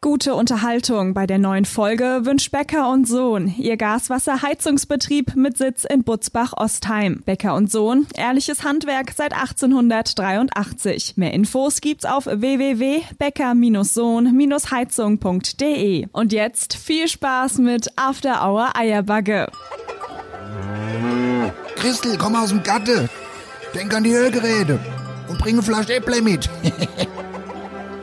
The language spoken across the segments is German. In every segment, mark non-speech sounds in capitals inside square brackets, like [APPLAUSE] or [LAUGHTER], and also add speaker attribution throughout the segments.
Speaker 1: gute Unterhaltung bei der neuen Folge wünscht Becker und Sohn, ihr Gaswasserheizungsbetrieb mit Sitz in Butzbach-Ostheim. Becker und Sohn, ehrliches Handwerk seit 1883. Mehr Infos gibt's auf www.becker-sohn-heizung.de. Und jetzt viel Spaß mit After Hour Eierbagge.
Speaker 2: Christel, komm aus dem Gatte. Denk an die Ölgeräte. Und bringe Flasche Äpple mit. [LAUGHS]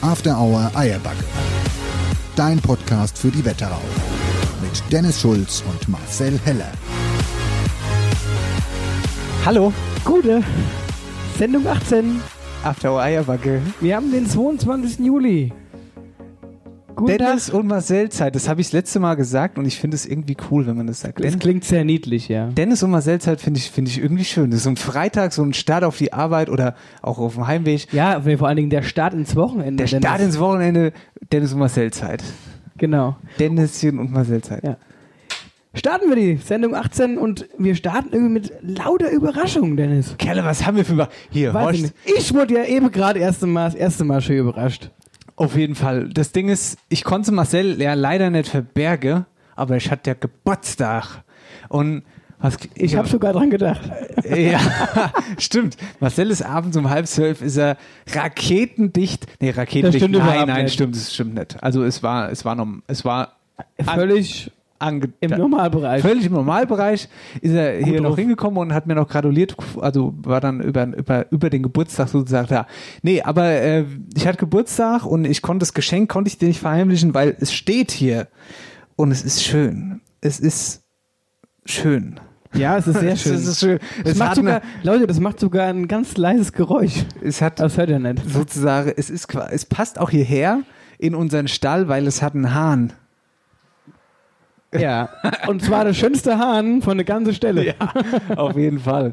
Speaker 2: After Hour Eierbacke. Dein Podcast für die Wetterau. Mit Dennis Schulz und Marcel Heller.
Speaker 3: Hallo, gute Sendung 18. After Hour Eierbacke.
Speaker 4: Wir haben den 22. Juli. Guten
Speaker 3: Dennis
Speaker 4: Tag.
Speaker 3: und Marcel Zeit, das habe ich das letzte Mal gesagt und ich finde es irgendwie cool, wenn man das sagt.
Speaker 4: Das
Speaker 3: Den-
Speaker 4: klingt sehr niedlich, ja.
Speaker 3: Dennis und Marcel Zeit finde ich, finde ich irgendwie schön. Das ist so ein Freitag, so ein Start auf die Arbeit oder auch auf dem Heimweg.
Speaker 4: Ja, vor allen Dingen der Start ins Wochenende.
Speaker 3: Der
Speaker 4: Dennis.
Speaker 3: Start ins Wochenende, Dennis und Marcel Zeit.
Speaker 4: Genau.
Speaker 3: Dennischen und Marcel Zeit.
Speaker 4: Ja. Starten wir die Sendung 18 und wir starten irgendwie mit lauter Überraschung, Dennis.
Speaker 3: Kerle, was haben wir für ein... Hier,
Speaker 4: Weiß ich
Speaker 3: Horst,
Speaker 4: nicht. Ich wurde ja eben gerade erste Mal, das erste Mal schön überrascht.
Speaker 3: Auf jeden Fall. Das Ding ist, ich konnte Marcel ja leider nicht verbergen, aber ich hatte ja Geburtstag. Und was,
Speaker 4: Ich habe sogar dran gedacht.
Speaker 3: Ja, [LAUGHS] stimmt. Marcel ist abends um halb zwölf, ist er raketendicht. Nee, raketendicht.
Speaker 4: Das stimmt
Speaker 3: nein,
Speaker 4: überhaupt
Speaker 3: nein,
Speaker 4: nicht.
Speaker 3: stimmt, das stimmt nicht. Also es war, es war noch, es war
Speaker 4: Völlig
Speaker 3: ange
Speaker 4: im Normalbereich.
Speaker 3: Völlig im Normalbereich ist er hier noch
Speaker 4: drauf.
Speaker 3: hingekommen und hat mir noch gratuliert, also war dann über, über, über den Geburtstag sozusagen da. Nee, aber äh, ich hatte Geburtstag und ich konnte das Geschenk, konnte ich dir nicht verheimlichen, weil es steht hier und es ist schön. Es ist schön.
Speaker 4: Ja, es ist sehr schön.
Speaker 3: [LAUGHS] es ist schön.
Speaker 4: Das
Speaker 3: Es,
Speaker 4: macht
Speaker 3: hat,
Speaker 4: sogar,
Speaker 3: eine,
Speaker 4: Leute, das macht sogar ein ganz leises Geräusch.
Speaker 3: es hat
Speaker 4: Das hört ihr nicht.
Speaker 3: sozusagen, es ist qua- es passt auch hierher in unseren Stall, weil es hat
Speaker 4: [LAUGHS]
Speaker 3: einen Hahn.
Speaker 4: [LAUGHS] Ja. Und zwar der schönste Hahn von der ganzen Stelle.
Speaker 3: Auf jeden Fall.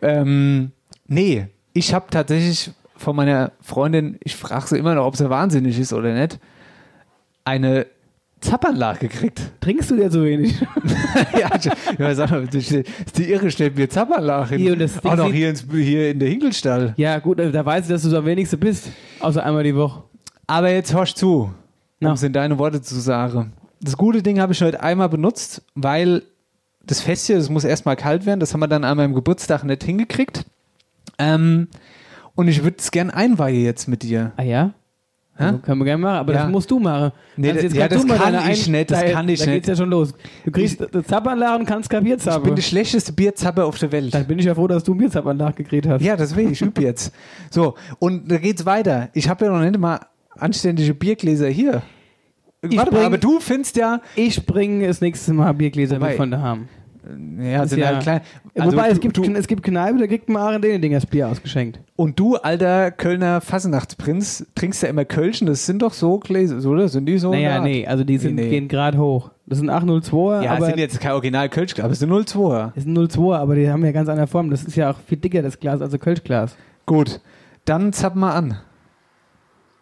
Speaker 3: Ähm, nee, ich habe tatsächlich von meiner Freundin, ich frage sie immer noch, ob sie wahnsinnig ist oder nicht, eine Zappanlage gekriegt. [LAUGHS]
Speaker 4: Trinkst du dir zu wenig?
Speaker 3: ja, ich, ja, sag mal, die, die Irre stellt mir Zappanlage hin.
Speaker 4: Hier, und das Ding
Speaker 3: Auch noch
Speaker 4: sieht-
Speaker 3: hier, ins, hier in der Hinkelstall.
Speaker 4: Ja, gut, äh, da weiß ich, dass du so am wenigsten bist. Außer einmal die Woche.
Speaker 3: Aber jetzt horch zu, um
Speaker 4: Na.
Speaker 3: es in deine Worte zu sagen. Das gute Ding habe ich heute einmal benutzt, weil das Fest hier, das muss erstmal kalt werden, das haben wir dann an meinem Geburtstag nicht hingekriegt. Ähm, und ich würde es gern einweihen jetzt mit dir.
Speaker 4: Ah ja?
Speaker 3: Hä?
Speaker 4: Also, können wir gerne machen, aber
Speaker 3: Ja.
Speaker 4: das musst du machen.
Speaker 3: Nee,
Speaker 4: Kannst
Speaker 3: das- ja,
Speaker 4: grad
Speaker 3: das
Speaker 4: du mal
Speaker 3: kann
Speaker 4: deine
Speaker 3: ich nicht, das
Speaker 4: da,
Speaker 3: kann ich
Speaker 4: da
Speaker 3: nicht.
Speaker 4: geht's ja schon los. Du kriegst
Speaker 3: Ich-
Speaker 4: eine Zappanlage und kannst kein
Speaker 3: Ich bin
Speaker 4: Bierzappen.
Speaker 3: der schlechteste Bierzapper auf der Welt.
Speaker 4: Dann bin ich ja froh, dass du ein Bierzappen gekriegt hast.
Speaker 3: Ja, das will ich, ich übe jetzt. So, und da geht's weiter. Ich habe ja noch nicht mal anständige Biergläser hier. Warte mal,
Speaker 4: bring-
Speaker 3: aber du findest ja.
Speaker 4: Ich bringe das nächste Mal Biergläser
Speaker 3: Wobei-
Speaker 4: mit von Also, daheim.
Speaker 3: Ja, sind
Speaker 4: ja-
Speaker 3: halt klein.
Speaker 4: Wobei, es
Speaker 3: du-
Speaker 4: gibt, es gibt Kneipe, da kriegt man auch in denen Ding das Bier ausgeschenkt.
Speaker 3: Und du, alter Kölner Fasnachtsprinz, trinkst ja immer Kölschen, das sind doch so Gläser, oder? Sind die so?
Speaker 4: Naja,
Speaker 3: eine Art?
Speaker 4: nee, also die sind,
Speaker 3: Nee, nee.
Speaker 4: gehen gerade hoch. Das sind 802er,
Speaker 3: Ja, es
Speaker 4: aber
Speaker 3: sind jetzt kein original Kölsch, aber es sind 02er.
Speaker 4: das sind 02er, aber die haben ja ganz andere Form. Das ist ja auch viel dicker, das Glas, also Kölschglas.
Speaker 3: Gut, dann zapp mal an.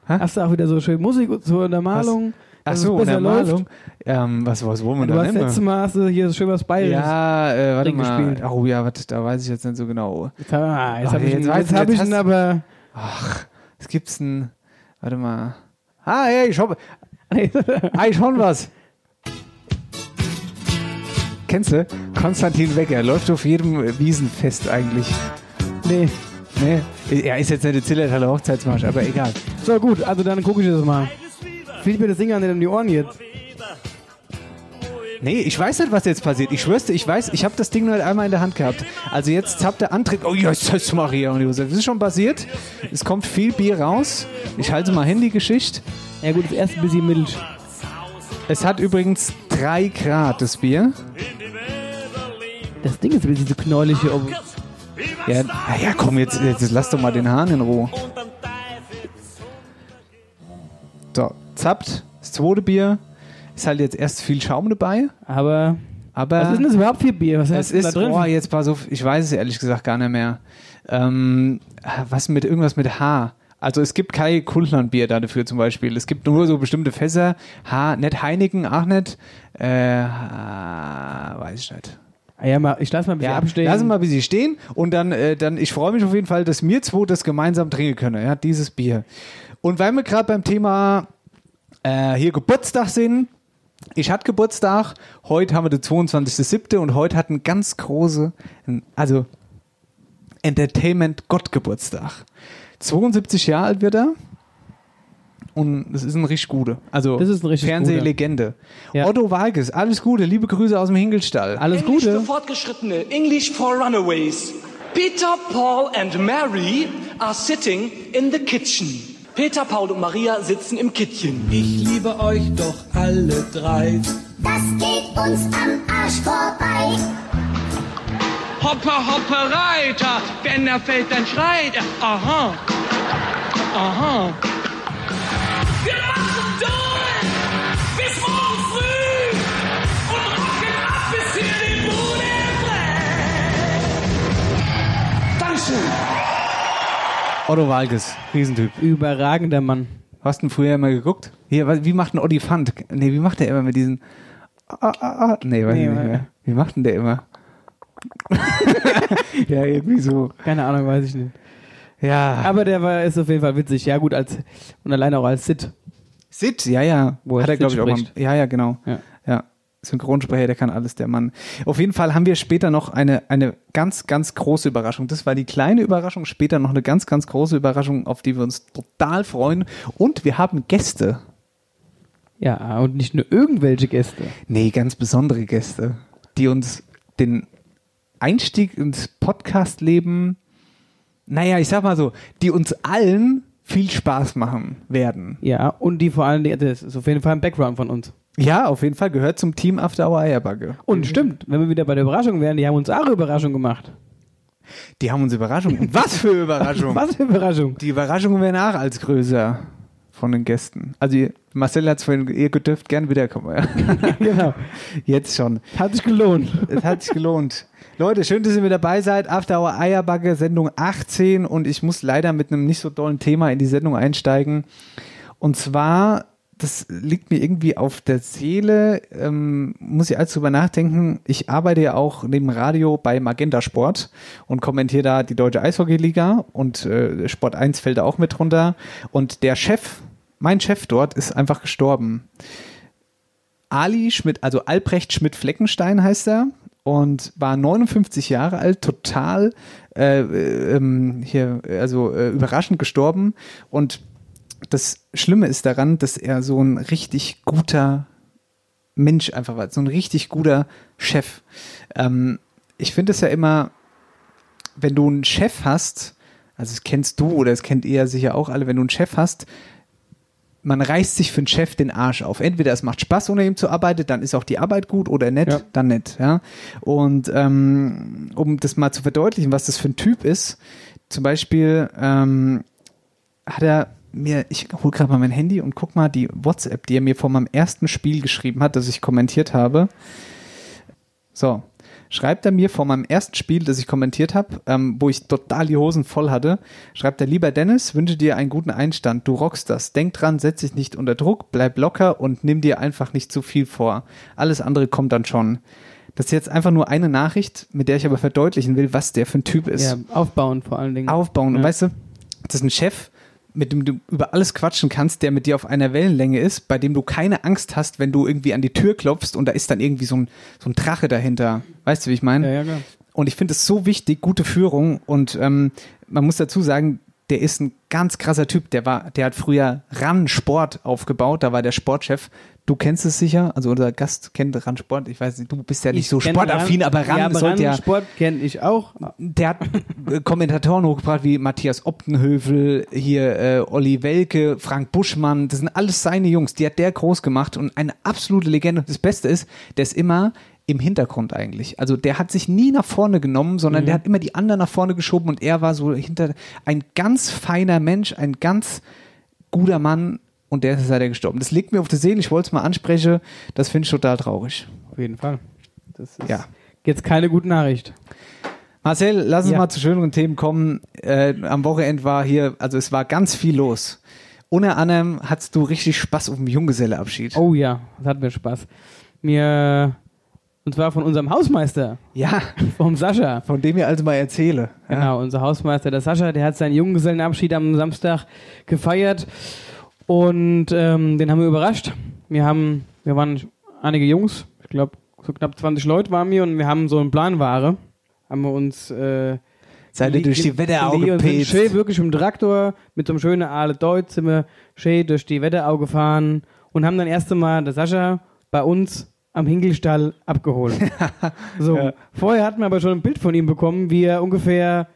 Speaker 4: Hast du auch wieder so schön Musik und zur Untermalung?
Speaker 3: Ach
Speaker 4: dass es
Speaker 3: so,
Speaker 4: besser
Speaker 3: Untermalung. Ähm, was, was wollen wir
Speaker 4: Du
Speaker 3: da
Speaker 4: hast letztes
Speaker 3: nehmen?
Speaker 4: Mal hast du hier so schön was Bayerisches.
Speaker 3: Ja, äh, warte
Speaker 4: Ding
Speaker 3: mal.
Speaker 4: gespielt.
Speaker 3: Oh ja, warte, da weiß ich jetzt nicht so genau.
Speaker 4: Jetzt habe ah, jetzt
Speaker 3: Ach,
Speaker 4: hab ich,
Speaker 3: jetzt
Speaker 4: ihn,
Speaker 3: weiß
Speaker 4: jetzt
Speaker 3: ich,
Speaker 4: hab
Speaker 3: jetzt
Speaker 4: ich
Speaker 3: hast
Speaker 4: ihn
Speaker 3: du-
Speaker 4: aber. [LAUGHS]
Speaker 3: Es gibt's ein, warte mal. Ah, ja, ich hab, ah, ich schon was. Kennst du? Konstantin Wecker läuft auf jedem Wiesenfest eigentlich.
Speaker 4: Nee.
Speaker 3: Nee, er ist jetzt nicht der Zillertaler Hochzeitsmarsch, aber egal.
Speaker 4: So gut, also dann gucke ich das mal. Fliegt mir das Ding an nicht um die Ohren jetzt.
Speaker 3: Nee, ich weiß nicht, was jetzt passiert. Ich schwör's dir, ich weiß, ich habe das Ding nur halt einmal in der Hand gehabt. Also jetzt habt ihr Antrieb. Oh ja, jetzt ist Maria und Josef. Das ist schon passiert. Es kommt viel Bier raus. Ich halte mal hin die Geschichte.
Speaker 4: Ja gut, das erste bisschen Milch.
Speaker 3: Es hat übrigens drei Grad, das Bier.
Speaker 4: Das Ding ist ein bisschen so knäulig hier oben.
Speaker 3: Ja, na ja komm, jetzt, jetzt lass doch mal den Hahn in Ruhe. So, zappt, das zweite Bier. Ist halt jetzt erst viel Schaum dabei,
Speaker 4: Aber
Speaker 3: aber.
Speaker 4: was ist denn das überhaupt für Bier? Was
Speaker 3: Es
Speaker 4: hast du da
Speaker 3: ist,
Speaker 4: drin?
Speaker 3: oh, jetzt pass auf, ich weiß es ehrlich gesagt gar nicht mehr. Ähm, was mit irgendwas mit H? Also es gibt kein Kultlandbier da dafür zum Beispiel. Es gibt nur so bestimmte Fässer. H, nicht Heineken, ach nicht. Äh, weiß ich nicht.
Speaker 4: ah, ja, mal, ich lass mal ein bisschen
Speaker 3: Ja,
Speaker 4: abstehen.
Speaker 3: lassen wir mal ein bisschen stehen und dann, äh, dann ich freue mich auf jeden Fall, dass wir zwei das gemeinsam trinken können, ja, dieses Bier. Und weil wir gerade beim Thema äh, hier Geburtstag sind, ich hatte Geburtstag, heute haben wir den 22.07. und heute hat ein ganz große, ein- also Entertainment-Gott Geburtstag. 72 Jahre alt wird er und das ist ein richtig guter. Also
Speaker 4: Das ist ein richtig
Speaker 3: Fernsehlegende.
Speaker 4: Ja.
Speaker 3: Otto Walkes, alles Gute, liebe Grüße aus dem Hinkelstall.
Speaker 4: Alles
Speaker 5: Englisch für
Speaker 4: Gute.
Speaker 5: Fortgeschrittene, English for Runaways. Peter, Paul and Mary are sitting in the kitchen. Peter, Paul und Maria sitzen im Kittchen.
Speaker 6: Ich liebe euch doch alle drei.
Speaker 7: Das geht uns am Arsch vorbei.
Speaker 8: Hopper, hopper, Reiter, wenn er fällt, dann schreit er. Aha, aha. Wir machen durch bis morgen früh und rocken ab bis hier die Bude
Speaker 5: Dankeschön.
Speaker 3: Otto Walges, Riesentyp.
Speaker 4: Überragender Mann.
Speaker 3: Hast du ihn früher immer geguckt? Hier, was- wie macht ein Oddi Fand? Nee, wie macht der immer mit diesen. Ah, ah, ah. Nee, weiß
Speaker 4: Nee,
Speaker 3: ich nicht
Speaker 4: weil-
Speaker 3: mehr. Wie macht denn der immer? [LAUGHS] ja, irgendwie so.
Speaker 4: Keine Ahnung, weiß ich nicht.
Speaker 3: Ja.
Speaker 4: Aber der war, ist auf jeden Fall witzig. Ja, gut, als und alleine auch als Sid.
Speaker 3: Sid, ja, ja.
Speaker 4: Wo er
Speaker 3: Hat er,
Speaker 4: Sid
Speaker 3: glaube ich, auch mal.
Speaker 4: spricht.
Speaker 3: Ja, ja, genau.
Speaker 4: Ja.
Speaker 3: ja. Synchronsprecher, der kann alles, der Mann. Auf jeden Fall haben wir später noch eine, eine ganz, ganz große Überraschung. Das war die kleine Überraschung, später noch eine ganz, ganz große Überraschung, auf die wir uns total freuen. Und wir haben Gäste.
Speaker 4: Ja, und nicht nur irgendwelche Gäste.
Speaker 3: Nee, ganz besondere Gäste, die uns den Einstieg ins Podcast-Leben, naja, ich sag mal so, die uns allen viel Spaß machen werden.
Speaker 4: Ja, und die vor allen Dingen, das ist auf jeden Fall ein Background von uns.
Speaker 3: Ja, auf jeden Fall gehört zum Team After Hour Eierbacke.
Speaker 4: Und stimmt, wenn wir wieder bei der Überraschung wären, die haben uns auch Überraschung gemacht.
Speaker 3: Die haben uns Überraschungen. Und was für Überraschungen?
Speaker 4: Was für
Speaker 3: [LAUGHS]
Speaker 4: Überraschung.
Speaker 3: Die Überraschungen werden auch als größer von den Gästen. Also ihr, Marcel hat es vorhin, ihr dürft gern wiederkommen. Ja.
Speaker 4: genau.
Speaker 3: Jetzt schon.
Speaker 4: Hat sich gelohnt.
Speaker 3: Es hat sich gelohnt. Leute, schön, dass ihr mit dabei seid. After Hour Eierbacke, Sendung 18. Und ich muss leider mit einem nicht so tollen Thema in die Sendung einsteigen. Und zwar, das liegt mir irgendwie auf der Seele, ähm, muss ich alles drüber nachdenken. Ich arbeite ja auch neben Radio bei Magenta Sport und kommentiere da die deutsche Eishockeyliga und äh, Sport 1 fällt da auch mit runter. Und der Chef, mein Chef dort, ist einfach gestorben. Ali Schmidt, also Albrecht Schmidt-Fleckenstein heißt er und war 59 Jahre alt, total äh, äh, ähm, hier, äh, also äh, überraschend gestorben. Und das Schlimme ist daran, dass er so ein richtig guter Mensch einfach war, so ein richtig guter Chef. Ähm, ich finde es ja immer, wenn du einen Chef hast, also das kennst du oder das kennt ihr ja sicher auch alle, wenn du einen Chef hast, man reißt sich für den Chef den Arsch auf. Entweder es macht Spaß, unter ihm zu arbeiten, dann ist auch die Arbeit gut oder nett,
Speaker 4: Ja.
Speaker 3: dann nett. Ja? Und ähm, um das mal zu verdeutlichen, was das für ein Typ ist, zum Beispiel ähm, hat er mir, ich hole gerade mal mein Handy und guck mal die WhatsApp, die er mir vor meinem ersten Spiel geschrieben hat, das ich kommentiert habe. So, schreibt er mir vor meinem ersten Spiel, das ich kommentiert habe, ähm, wo ich total die Hosen voll hatte, schreibt er, lieber Dennis, wünsche dir einen guten Einstand, du rockst das, denk dran, setz dich nicht unter Druck, bleib locker und nimm dir einfach nicht zu viel vor. Alles andere kommt dann schon. Das ist jetzt einfach nur eine Nachricht, mit der ich aber verdeutlichen will, was der für ein Typ ist
Speaker 4: Ja, aufbauen vor allen Dingen.
Speaker 3: aufbauen. Und
Speaker 4: Ja.
Speaker 3: weißt du, das ist ein Chef, mit dem du über alles quatschen kannst, der mit dir auf einer Wellenlänge ist, bei dem du keine Angst hast, wenn du irgendwie an die Tür klopfst und da ist dann irgendwie so ein, so ein Drache dahinter. Weißt du, wie ich meine?
Speaker 4: Ja, ja, klar.
Speaker 3: Und ich finde es so wichtig, gute Führung. Und ähm, man muss dazu sagen, der ist ein ganz krasser Typ. Der war, der hat früher RAN Sport aufgebaut. Da war der Sportchef. Du kennst es sicher. Also unser Gast kennt RAN Sport. Ich weiß nicht, du bist ja nicht so
Speaker 4: Ich kenn
Speaker 3: sportaffin, aber RAN
Speaker 4: ja, aber
Speaker 3: sollte ja
Speaker 4: Sport kenne ich auch.
Speaker 3: der hat äh, Kommentatoren hochgebracht wie Matthias Optenhövel, hier äh, Olli Welke, Frank Buschmann, das sind alles seine Jungs, die hat der groß gemacht und eine absolute Legende. Und das Beste ist, der ist immer im Hintergrund eigentlich. Also der hat sich nie nach vorne genommen, sondern der hat immer die anderen nach vorne geschoben und er war so hinter ein ganz feiner Mensch, ein ganz guter Mann und der ist leider gestorben. Das liegt mir auf der Seele, ich wollte es mal ansprechen. Das finde ich total traurig.
Speaker 4: Auf jeden Fall. Das ist
Speaker 3: Ja.
Speaker 4: jetzt keine gute Nachricht.
Speaker 3: Marcel, lass uns
Speaker 4: Ja.
Speaker 3: mal zu schöneren Themen kommen. Äh, am Wochenende war hier, also es war ganz viel los. Unter anderem hattest du richtig Spaß auf dem Junggeselleabschied.
Speaker 4: Oh ja, das hat mir Spaß. Mir, und zwar von unserem Hausmeister,
Speaker 3: Ja,
Speaker 4: vom Sascha.
Speaker 3: von dem ich also mal erzähle.
Speaker 4: Genau, unser Hausmeister, der Sascha, der hat seinen Junggesellenabschied am Samstag gefeiert und ähm, den haben wir überrascht. Wir haben, wir waren einige Jungs, ich glaube so knapp 20 Leute waren wir und wir haben so einen Planware, haben wir uns äh,
Speaker 3: Seid ihr durch die Wetterau
Speaker 4: Leo sind
Speaker 3: gepetzt.
Speaker 4: Schön wirklich im Traktor mit so einem schönen Aale Deutsch sind wir schön durch die Wetterau gefahren und haben dann erste Mal der Sascha bei uns am Hinkelstall
Speaker 3: [LAUGHS]
Speaker 4: abgeholt. so, vorher hatten wir aber schon ein Bild von ihm bekommen, wie er ungefähr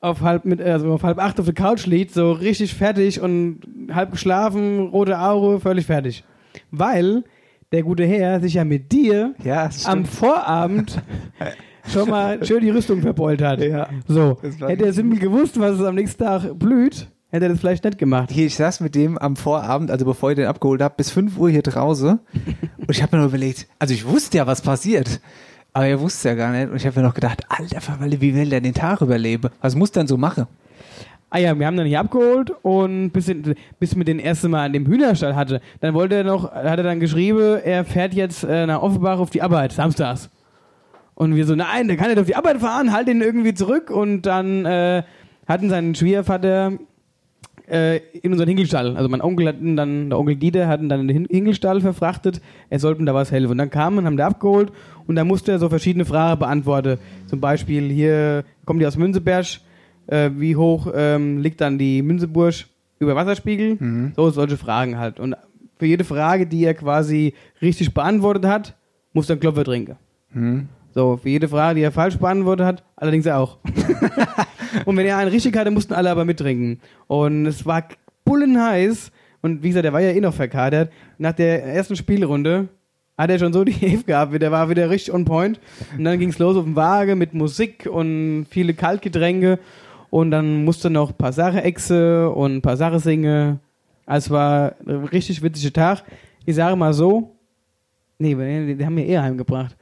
Speaker 4: auf halb mit also auf halb acht auf der Couch liegt, so richtig fertig und halb geschlafen, rote Aure, völlig fertig. Weil der gute Herr sich ja mit dir
Speaker 3: Ja, das
Speaker 4: am
Speaker 3: stimmt. [LAUGHS]
Speaker 4: Vorabend schon mal schön die Rüstung verbeult hat.
Speaker 3: Ja.
Speaker 4: So,
Speaker 3: Das war-
Speaker 4: hätte er simpel gewusst, was es am nächsten Tag blüht, hätte er das vielleicht nicht gemacht.
Speaker 3: Hier, ich saß mit dem am Vorabend, also bevor ich den abgeholt habe, bis 5 Uhr hier [LAUGHS] draußen. Und ich habe mir nur überlegt, also ich wusste ja, was passiert. Aber er wusste ja gar nicht. Und ich habe mir noch gedacht, alter Verwalle, wie will der den Tag überleben? Was muss dann so machen?
Speaker 4: Ah ja, wir haben dann hier abgeholt und bis, in, bis wir den ersten Mal an dem Hühnerstall hatte, dann wollte er noch, hat er dann geschrieben, er fährt jetzt äh, nach Offenbach auf die Arbeit, samstags. Und wir so, nein, der kann nicht auf die Arbeit fahren, halt den irgendwie zurück. Und dann äh, hatten seinen Schwiegervater äh, in unseren Hinkelstall. Also mein Onkel hat ihn dann, der Onkel Dieter hat ihn dann in den Hin- Hinkelstall verfrachtet. Er sollte ihm da was helfen. Und dann kamen und haben da abgeholt und dann musste er so verschiedene Fragen beantworten. Zum Beispiel hier, kommen die aus Münzeberg? Äh, wie hoch ähm, liegt dann die Münzeburg über Wasserspiegel? So, solche Fragen halt. Und für jede Frage, die er quasi richtig beantwortet hat, muss er einen Klopfer trinken. So, für jede Frage, die er falsch beantwortet hat, allerdings er auch. und wenn er einen richtig hatte, mussten alle aber mittrinken. Und es war bullenheiß. Und wie gesagt, der war ja eh noch verkadert. Nach der ersten Spielrunde hat er schon so [LAUGHS] die Hilfe gehabt. Der war wieder richtig on point. Und dann ging es los auf dem Waage mit Musik und viele Kaltgetränke. Und dann musste noch ein paar Sache exe und ein paar Sache singen. Also es war ein richtig witziger Tag. Ich sage mal so, nee, den haben wir eh heimgebracht.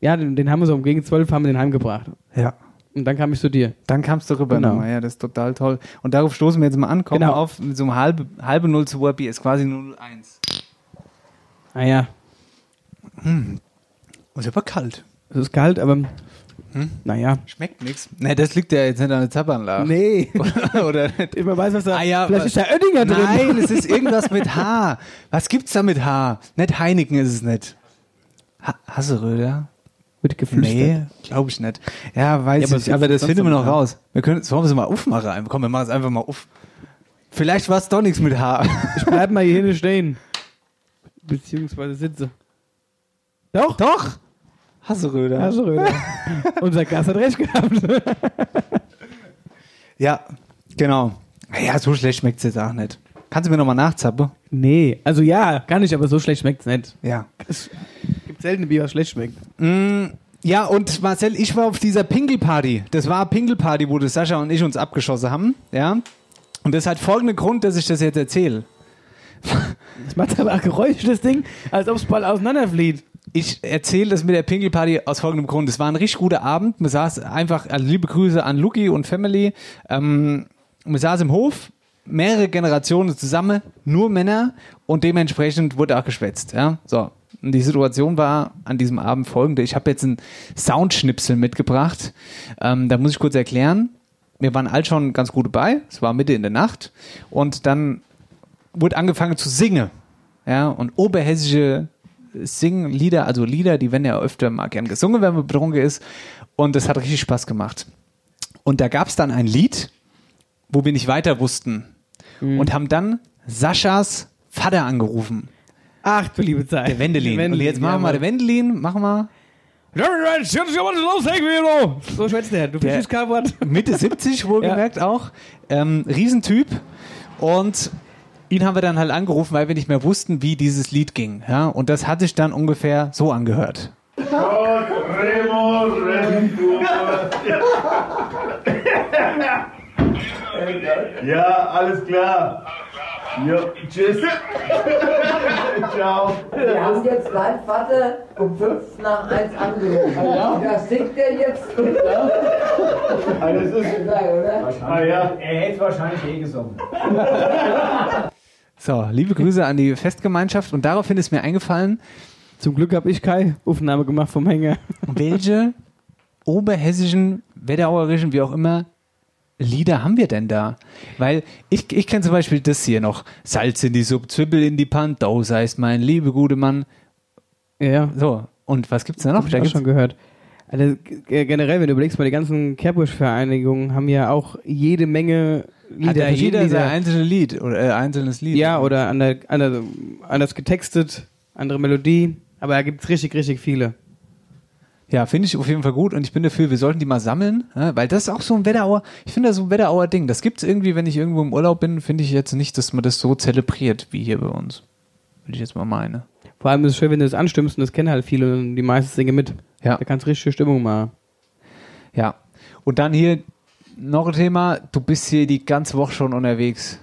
Speaker 4: Ja, den, den haben wir so um gegen 12 haben wir den heimgebracht.
Speaker 3: Ja.
Speaker 4: Und dann kam ich zu dir.
Speaker 3: Dann kamst du rüber.
Speaker 4: Genau.
Speaker 3: nochmal. Ja, das ist total toll. Und darauf stoßen wir jetzt mal an. Kommen
Speaker 4: Genau.
Speaker 3: wir auf mit so um einem halbe, halbe 0 zu Bier ist quasi 0,1.
Speaker 4: Ah ja,
Speaker 3: Und Oh, ist aber kalt.
Speaker 4: es ist kalt, aber
Speaker 3: Hm?
Speaker 4: naja.
Speaker 3: Schmeckt nichts. Ne, das liegt ja jetzt nicht an der Zapfanlage.
Speaker 4: Nee.
Speaker 3: [LAUGHS] Oder
Speaker 4: Ich man weiß, was da.
Speaker 3: Ah ja,
Speaker 4: vielleicht ist
Speaker 3: was-
Speaker 4: da Oettinger drin.
Speaker 3: Nein, es ist irgendwas mit H. Was gibt's da mit H? Nicht Heineken ist es nicht. Ha Hasseröder?
Speaker 4: Wird geflüstert.
Speaker 3: Nee, glaube ich nicht. Ja,
Speaker 4: Ja,
Speaker 3: weiß
Speaker 4: aber es
Speaker 3: ich,
Speaker 4: gibt
Speaker 3: aber das
Speaker 4: sonst
Speaker 3: finden wir
Speaker 4: noch
Speaker 3: noch
Speaker 4: mit H.
Speaker 3: raus. Wir können, sollen wir es mal aufmachen? Komm, wir machen es einfach mal auf. Vielleicht war es doch nichts mit H. [LAUGHS]
Speaker 4: Ich bleib mal hier hinten stehen. Beziehungsweise sitze. Doch? Doch!
Speaker 3: Hasseröder.
Speaker 4: Ja, so
Speaker 3: [LAUGHS]
Speaker 4: Röder. Unser Gast hat recht gehabt.
Speaker 3: Ja, genau. Ja, so schlecht schmeckt es jetzt auch nicht. Kannst du mir nochmal nachzappen?
Speaker 4: Nee, also ja, kann ich, aber so schlecht schmeckt es nicht.
Speaker 3: Ja.
Speaker 4: Gibt selten Bier, was schlecht schmeckt.
Speaker 3: Ja, und Marcel, ich war auf dieser Pinkelparty. Das war Pinkelparty, wo das Sascha und ich uns abgeschossen haben. Ja. Und das hat folgenden Grund, dass ich das jetzt erzähle.
Speaker 4: Es macht aber auch Geräusche, das Ding, als ob es bald auseinanderflieht.
Speaker 3: Ich erzähle das mit der Pinkelparty aus folgendem Grund. Es war ein richtig guter Abend. Man saß einfach, also liebe Grüße an Luki und Family. Ähm, man saß im Hof, mehrere Generationen zusammen, nur Männer und dementsprechend wurde auch geschwätzt. Ja? So. Und die Situation war an diesem Abend folgende. Ich habe jetzt einen Soundschnipsel mitgebracht. Ähm, da muss ich kurz erklären. Wir waren all schon ganz gut dabei. Es war Mitte in der Nacht. Und dann wurde angefangen zu singen. Ja, und oberhessische Singlieder, also Lieder, die werden ja öfter mal gern gesungen, wenn man betrunken ist. Und das hat richtig Spaß gemacht. Und da gab es dann ein Lied, wo wir nicht weiter wussten. Und haben dann Saschas Vater angerufen.
Speaker 4: Ach du liebe Zeit.
Speaker 3: Der Wendelin. und jetzt machen wir mal den Wendelin, machen wir
Speaker 4: So schwätzt der. Du verstehst kein Wort.
Speaker 3: Mitte 70 wohlgemerkt auch. Ähm, Riesentyp. Und ihn haben wir dann halt angerufen, weil wir nicht mehr wussten, wie dieses Lied ging. Ja? Und das hat sich dann ungefähr so angehört.
Speaker 9: Ja, alles klar. Jo, tschüss. [LAUGHS] Ciao.
Speaker 10: Wir haben jetzt dein Vater um fünf nach eins angerufen.
Speaker 9: Ja.
Speaker 10: Das singt er jetzt.
Speaker 9: Ah, das ist.
Speaker 10: oder?
Speaker 9: Ah, ja.
Speaker 11: Er hätte wahrscheinlich eh gesungen.
Speaker 3: So, liebe Grüße an die Festgemeinschaft und daraufhin ist mir eingefallen,
Speaker 4: Zum Glück habe ich Kai Aufnahme gemacht vom Hänger.
Speaker 3: welche oberhessischen, wedauerischen, wie auch immer, Lieder haben wir denn da? Weil ich, ich kenne zum Beispiel das hier noch. Salz in die Suppe, Zwiebel in die Pant, Dau seist mein liebe gute Mann.
Speaker 4: Ja.
Speaker 3: So, und was gibt's da noch?
Speaker 4: Hab ich
Speaker 3: Da
Speaker 4: auch
Speaker 3: gibt's-
Speaker 4: schon gehört. Also, g- generell, wenn du überlegst, mal die ganzen Kerbusch-Vereinigungen haben ja auch jede Menge Lieder.
Speaker 3: hat ja jeder
Speaker 4: verschiedene
Speaker 3: sein
Speaker 4: Lieder.
Speaker 3: einzelnes Lied oder äh, einzelnes Lied.
Speaker 4: Ja, oder ander, ander, anders getextet, andere Melodie. Aber da gibt es richtig, richtig viele.
Speaker 3: Ja, finde ich auf jeden Fall gut und ich bin dafür, wir sollten die mal sammeln, ja, weil das ist auch so ein Wetterauer, ich finde das so ein Wetterauer Ding. Das gibt's irgendwie, wenn ich irgendwo im Urlaub bin, finde ich jetzt nicht, dass man das so zelebriert wie hier bei uns. Würde ich jetzt mal meinen.
Speaker 4: Vor allem ist es schön, wenn du das anstimmst und das kennen halt viele und die meisten singen mit.
Speaker 3: Ja.
Speaker 4: Da kannst du richtig Stimmung machen.
Speaker 3: Ja. Und dann hier noch ein Thema, du bist hier die ganze Woche schon unterwegs.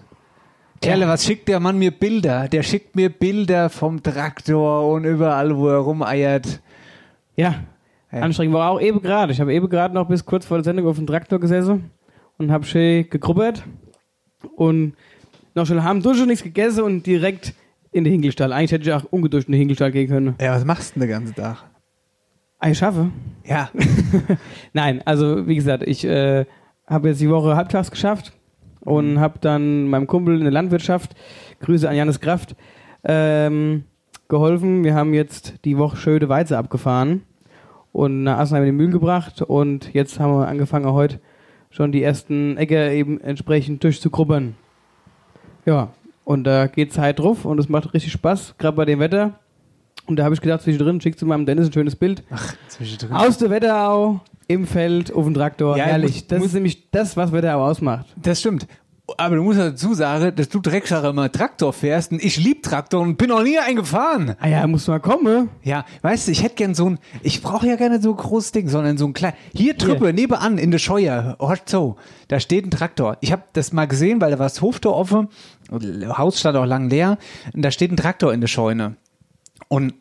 Speaker 3: Kerle, was schickt der Mann mir Bilder? Der schickt mir Bilder vom Traktor und überall, wo er rumeiert.
Speaker 4: Ja, anstrengend war auch eben gerade. Ich habe eben gerade noch bis kurz vor der Sendung auf dem Traktor gesessen und habe schön gegrubbert und noch schon haben Dusche nichts gegessen und direkt in den Hinkelstall. Eigentlich hätte ich auch ungeduscht in den Hinkelstall gehen können.
Speaker 3: Ja, was machst du denn den ganzen Tag?
Speaker 4: Ah, Ich schaffe.
Speaker 3: Ja.
Speaker 4: Nein, also wie gesagt, ich äh, habe jetzt die Woche halbtags geschafft und habe dann meinem Kumpel in der Landwirtschaft, Grüße an Janis Kraft, ähm, geholfen. Wir haben jetzt die Woche schöne Weize abgefahren und nach Assenheim in den Mühl gebracht und jetzt haben wir angefangen heute schon die ersten Äcker eben entsprechend durchzugrubbern. Ja, und da geht's halt drauf und es macht richtig Spaß, gerade bei dem Wetter. Und da habe ich gedacht, zwischendrin schickst du meinem Dennis ein schönes Bild.
Speaker 3: [LAUGHS] Zwischendrin.
Speaker 4: Aus der Wetterau, im Feld, auf dem Traktor.
Speaker 3: Ja,
Speaker 4: Ehrlich,
Speaker 3: muss-
Speaker 4: das
Speaker 3: muss-
Speaker 4: ist nämlich das, was Wetterau ausmacht.
Speaker 3: Das stimmt. Aber du musst dazu sagen, dass du Drecksache immer Traktor fährst und ich lieb Traktor und bin noch nie eingefahren.
Speaker 4: Ah ja, musst du mal kommen.
Speaker 3: Ja, weißt du, ich hätte gern so ein, ich brauche ja gerne so ein großes Ding, sondern so ein klein. Hier Trüppe, nebenan in der Scheuer, Hort so, da steht ein Traktor. Ich habe das mal gesehen, weil da war das Hoftor offen, und Haus stand auch lang leer, und da steht ein Traktor in der Scheune. Und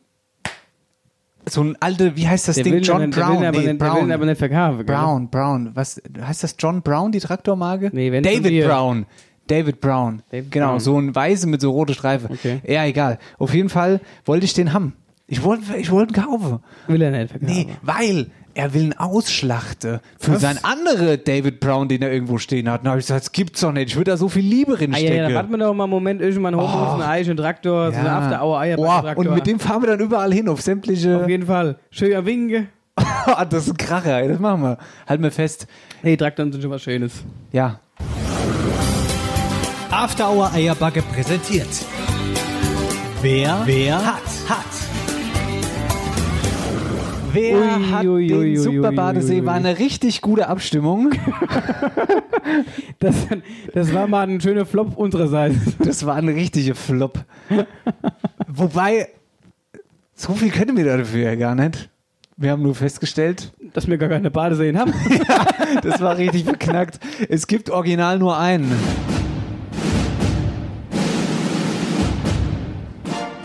Speaker 3: so ein alte, wie heißt das
Speaker 4: Der
Speaker 3: Ding?
Speaker 4: will
Speaker 3: John
Speaker 4: aber- der
Speaker 3: Brown.
Speaker 4: will aber
Speaker 3: nee,
Speaker 4: nicht- der
Speaker 3: Brown.
Speaker 4: will aber nicht verkaufen, gell?
Speaker 3: Brown, Brown. Was heißt das John Brown, die Traktormarke?
Speaker 4: Nee, wenn schon
Speaker 3: David
Speaker 4: wir.
Speaker 3: Brown. David Brown.
Speaker 4: David
Speaker 3: genau,
Speaker 4: Brown.
Speaker 3: so ein Weiße mit so rote Streife.
Speaker 4: Okay.
Speaker 3: Ja, egal. Auf jeden Fall wollte ich den haben. Ich wollte ich wollte ihn kaufen.
Speaker 4: Will er nicht verkaufen.
Speaker 3: Nee, weil er will ihn ausschlachten für
Speaker 4: Was?
Speaker 3: sein andere David Brown, den er irgendwo stehen hat. Na, hab ich gesagt, das gibt's doch nicht. Ich würde da so viel
Speaker 4: Ah,
Speaker 3: Liebe
Speaker 4: ja,
Speaker 3: reinstecken.
Speaker 4: ja, dann warten wir doch mal einen Moment, irgendwann holen wir uns ein Ei, einen Traktor, so eine
Speaker 3: Oh. Ja.
Speaker 4: After-Hour-Eier
Speaker 3: Boah, und mit dem fahren wir dann überall hin, auf
Speaker 4: Auf
Speaker 3: [LAUGHS] sämtliche. Ah,
Speaker 4: jeden Fall. Schön am Winken.
Speaker 3: das ist ein Kracher, ey. das machen wir. Halt mir fest.
Speaker 4: Nee, Traktoren sind schon was Schönes.
Speaker 3: Ja.
Speaker 12: After Hour Eierbacke präsentiert. Wer, wer hat, hat.
Speaker 3: Wer
Speaker 4: Ui,
Speaker 3: hat
Speaker 4: ui,
Speaker 3: den
Speaker 4: ui, ui, ui,
Speaker 3: Superbadesee?
Speaker 4: ui.
Speaker 3: War eine richtig
Speaker 4: [LAUGHS]
Speaker 3: gute Abstimmung.
Speaker 4: Das, das war mal ein schöner Flop unsererseits.
Speaker 3: Das war ein richtiger Flop. Wobei, so viel können wir dafür ja gar nicht. Wir haben nur festgestellt,
Speaker 4: [LAUGHS] Dass wir gar keine Badeseen haben.
Speaker 3: das war richtig beknackt. Es gibt original nur einen.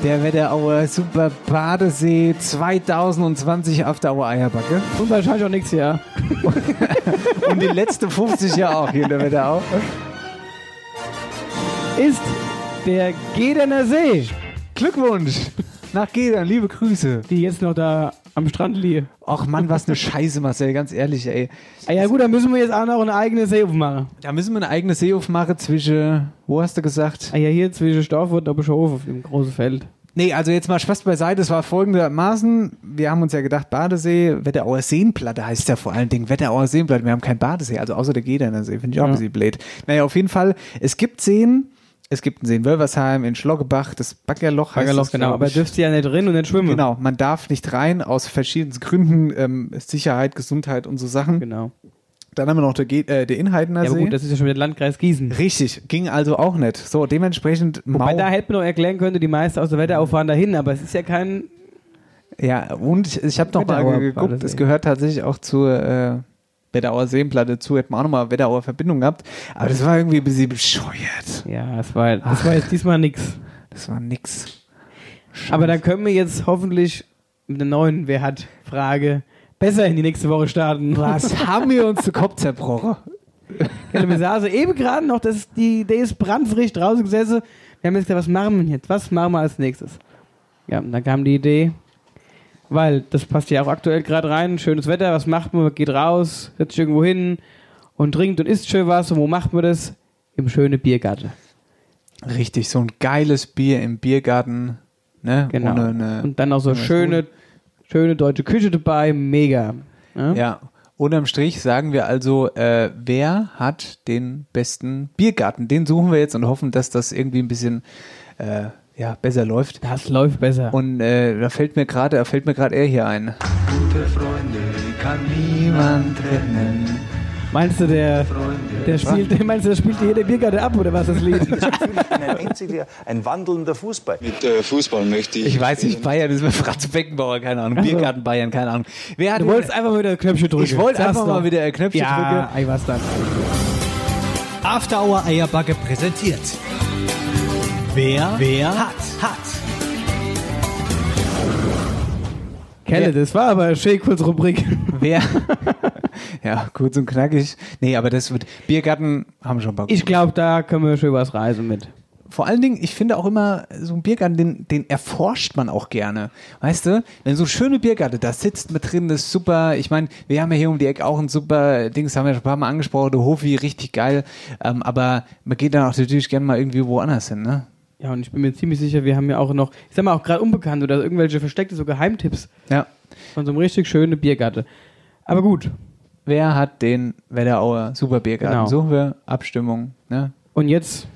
Speaker 3: Der Wetterauer Super Badesee 2020 After Hour Eierbacke.
Speaker 4: Und wahrscheinlich auch nichts, ja.
Speaker 3: Und die letzten 50 Jahre auch hier in der Wetterau.
Speaker 4: Ist der Gederner See,
Speaker 3: Glückwunsch nach Gedern, liebe Grüße.
Speaker 4: die jetzt noch da am Strand liegt.
Speaker 3: Ach Mann, was eine Scheiße, Marcel, ganz ehrlich, ey.
Speaker 4: Ah ja gut, dann müssen wir jetzt auch noch eine eigene See aufmachen.
Speaker 3: Da müssen wir eine eigene Seehof machen zwischen, wo hast du gesagt?
Speaker 4: Ah ja, hier zwischen Staufurt und Bischof auf dem großen Feld.
Speaker 3: Nee, also jetzt mal Spaß beiseite, es war folgendermaßen, wir haben uns ja gedacht, Badesee, Wetterauer Seenplatte heißt ja vor allen Dingen, Wetterauer Seenplatte, wir haben keinen Badesee, also außer der Gederner See, finde ich auch ein bisschen blöd. Naja, auf jeden Fall, es gibt Seen, es gibt einen See in Wölversheim, in Schloggebach, das Baggerloch heißt
Speaker 4: Baggerloch,
Speaker 3: das,
Speaker 4: genau.
Speaker 3: glaub
Speaker 4: Aber
Speaker 3: ich.
Speaker 4: dürft ihr ja nicht drin und nicht schwimmen.
Speaker 3: Genau, man darf nicht rein, aus verschiedenen Gründen, ähm, Sicherheit, Gesundheit und so Sachen.
Speaker 4: Genau.
Speaker 3: Dann haben wir noch der, Ge- äh, der Inheitener
Speaker 4: Ja, aber
Speaker 3: See.
Speaker 4: gut, das ist ja schon wieder Landkreis Gießen.
Speaker 3: Richtig, ging also auch nicht. So, dementsprechend
Speaker 4: Wobei,
Speaker 3: Mau.
Speaker 4: da hätte man noch erklären können, die meisten aus der Wetterau fahren dahin, aber es ist ja kein...
Speaker 3: Ja, und ich, ich habe noch mal
Speaker 4: Wetterauer
Speaker 3: geguckt,
Speaker 4: Badesee.
Speaker 3: es gehört tatsächlich auch zur äh, Wedauer Seenplatte zu, hätten wir auch nochmal Wedauer Verbindung gehabt. Aber das war irgendwie ein bisschen bescheuert.
Speaker 4: Ja, das war, das war jetzt diesmal nix.
Speaker 3: Das war nix.
Speaker 4: Scheiße. Aber da können wir jetzt hoffentlich mit der neuen Wer hat Frage besser in die nächste Woche starten.
Speaker 3: Was haben wir uns zu Kopf zerbrochen?
Speaker 4: Ja, wir saßen Also eben gerade noch, das ist die Idee ist brandfrisch draußen gesessen. Wir haben jetzt gesagt, was machen wir jetzt? Was machen wir als nächstes? Ja, und dann kam die Idee, weil das passt ja auch aktuell gerade rein. Schönes Wetter, was macht man? Geht raus, setzt sich irgendwo hin und trinkt und isst schön was. Und wo macht man das? Im schönen Biergarten.
Speaker 3: Richtig, so ein geiles Bier im Biergarten. Ne?
Speaker 4: Genau. Ohne eine, und dann auch so schöne, schöne deutsche Küche dabei. Mega.
Speaker 3: Ja. ja. Unterm Strich sagen wir also, äh, wer hat den besten Biergarten? Den suchen wir jetzt und hoffen, dass das irgendwie ein bisschen äh, ja, besser läuft.
Speaker 4: Das läuft besser.
Speaker 3: Und äh, da fällt mir gerade, da fällt mir gerade er hier ein. Gute Freunde kann
Speaker 4: niemand trennen. Meinst du, der, der spielt, [LAUGHS] was? meinst du, der spielt hier der Biergarten ab oder was das
Speaker 3: [LAUGHS]
Speaker 4: Lied?
Speaker 11: ein, ein wandelnder Fußball.
Speaker 13: Mit äh, Fußball möchte ich.
Speaker 3: Ich weiß nicht, Bayern das ist mir Fratz Beckenbauer, keine Ahnung. Also. Biergarten Bayern, keine Ahnung.
Speaker 4: Wer hat du wolltest einfach mal wieder Knöpfchen drücken.
Speaker 3: Ich wollte einfach mal wieder Knöpfchen
Speaker 4: ja, drücken. Ja, was dann.
Speaker 12: After Hour Eierbacke präsentiert. Wer, wer hat, hat.
Speaker 4: Kelle, das war aber schön kurz Rubrik. [LAUGHS]
Speaker 3: Wer? [LAUGHS] ja, kurz und knackig. Nee, aber das wird. Biergarten haben schon ein paar.
Speaker 4: Gute. Ich glaube, da können wir schön was reisen mit.
Speaker 3: Vor allen Dingen, ich finde auch immer, so ein Biergarten, den, den erforscht man auch gerne. Weißt du, wenn so schöne Biergarten da sitzt mit drin, das ist super. Ich meine, wir haben ja hier um die Ecke auch ein super Dings, haben wir schon ein paar Mal angesprochen, der Hofi, richtig geil. Ähm, aber man geht dann auch natürlich gerne mal irgendwie woanders hin, ne?
Speaker 4: Ja, und ich bin mir ziemlich sicher, wir haben ja auch noch, ich sag mal, auch gerade unbekannt oder irgendwelche versteckte so Geheimtipps.
Speaker 3: Ja.
Speaker 4: Von so einem richtig schönen Biergarten. Aber gut.
Speaker 3: Wer hat den Wetterauer Superbiergarten? Genau. Suchen wir Abstimmung. Ne?
Speaker 4: Und jetzt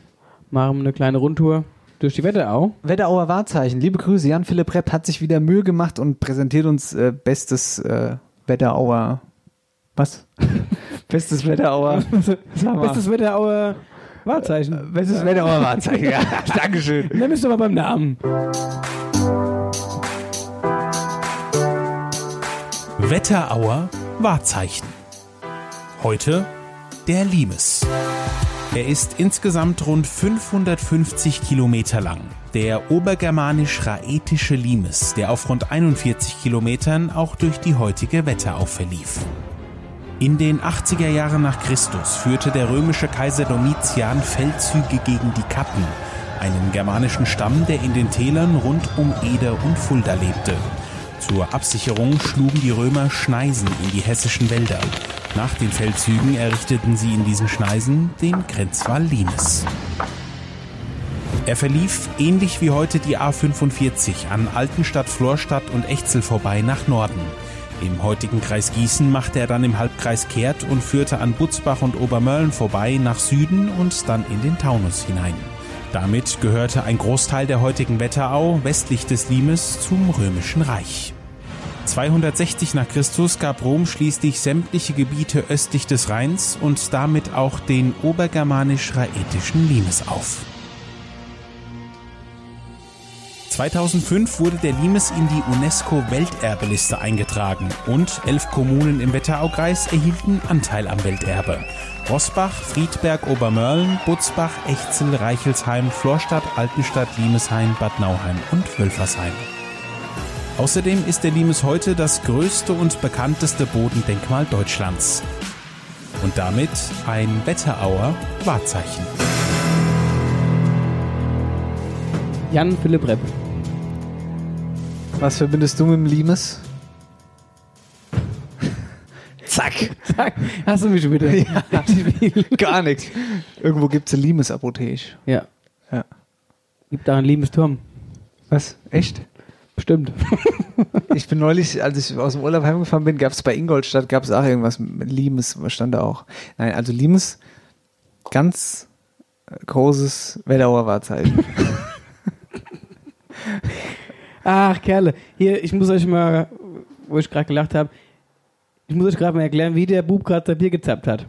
Speaker 4: machen wir eine kleine Rundtour durch die Wetterau.
Speaker 3: Wetterauer Wahrzeichen. Liebe Grüße, Jan-Philipp Repp hat sich wieder Mühe gemacht und präsentiert uns äh, bestes äh, Wetterauer. Was? [LAUGHS] bestes [LAUGHS] Wetterauer.
Speaker 4: bestes Wetterauer. Wahrzeichen.
Speaker 3: Bestes Wetterauer Wahrzeichen, [LAUGHS] ja. Dankeschön.
Speaker 4: Dann bist du mal beim Namen.
Speaker 12: Wetterauer Wahrzeichen. Heute der Limes. Er ist insgesamt rund 550 Kilometer lang. Der obergermanisch-raetische Limes, der auf rund 41 Kilometern auch durch die heutige Wetterau verlief. In den 80er Jahren nach Christus führte der römische Kaiser Domitian Feldzüge gegen die Kappen, einen germanischen Stamm, der in den Tälern rund um Eder und Fulda lebte. Zur Absicherung schlugen die Römer Schneisen in die hessischen Wälder. Nach den Feldzügen errichteten sie in diesen Schneisen den Grenzwall Limes. Er verlief, ähnlich wie heute die A45, an Altenstadt, Florstadt und Echzel vorbei nach Norden. Im heutigen Kreis Gießen machte er dann im Halbkreis kehrt und führte an Butzbach und Obermölln vorbei nach Süden und dann in den Taunus hinein. Damit gehörte ein Großteil der heutigen Wetterau westlich des Limes zum römischen Reich. 260 nach Christus gab Rom schließlich sämtliche Gebiete östlich des Rheins und damit auch den obergermanisch-raetischen Limes auf. 2005 wurde der Limes in die UNESCO-Welterbeliste eingetragen und elf Kommunen im Wetteraukreis erhielten Anteil am Welterbe. Rosbach, Friedberg, Obermörlen, Butzbach, Echzel, Reichelsheim, Florstadt, Altenstadt, Limesheim, Bad Nauheim und Wölfersheim. Außerdem ist der Limes heute das größte und bekannteste Bodendenkmal Deutschlands. Und damit ein Wetterauer Wahrzeichen.
Speaker 4: Jan Philipp Repp.
Speaker 3: Was verbindest du mit dem [LAUGHS] Limes?
Speaker 4: Zack. Zack. [LAUGHS] Hast du mich [LAUGHS] wieder?
Speaker 3: Ja. Gar nichts. Irgendwo gibt es eine Limes-Apotheke.
Speaker 4: Ja.
Speaker 3: ja.
Speaker 4: Gibt da einen Limes-Turm.
Speaker 3: Was? Echt?
Speaker 4: Bestimmt.
Speaker 3: ich bin neulich, als ich aus dem Urlaub heimgefahren bin, gab es bei Ingolstadt gab's auch irgendwas mit Limes. Stand da auch. Nein, also Limes, ganz äh, großes Wetterauer Wahrzeichen.
Speaker 4: [LAUGHS] Ach, Kerle. Hier, ich muss euch mal, wo ich gerade gelacht habe, ich muss euch gerade mal erklären, wie der Bub gerade sein Bier gezappt
Speaker 3: [LAUGHS]
Speaker 4: hat.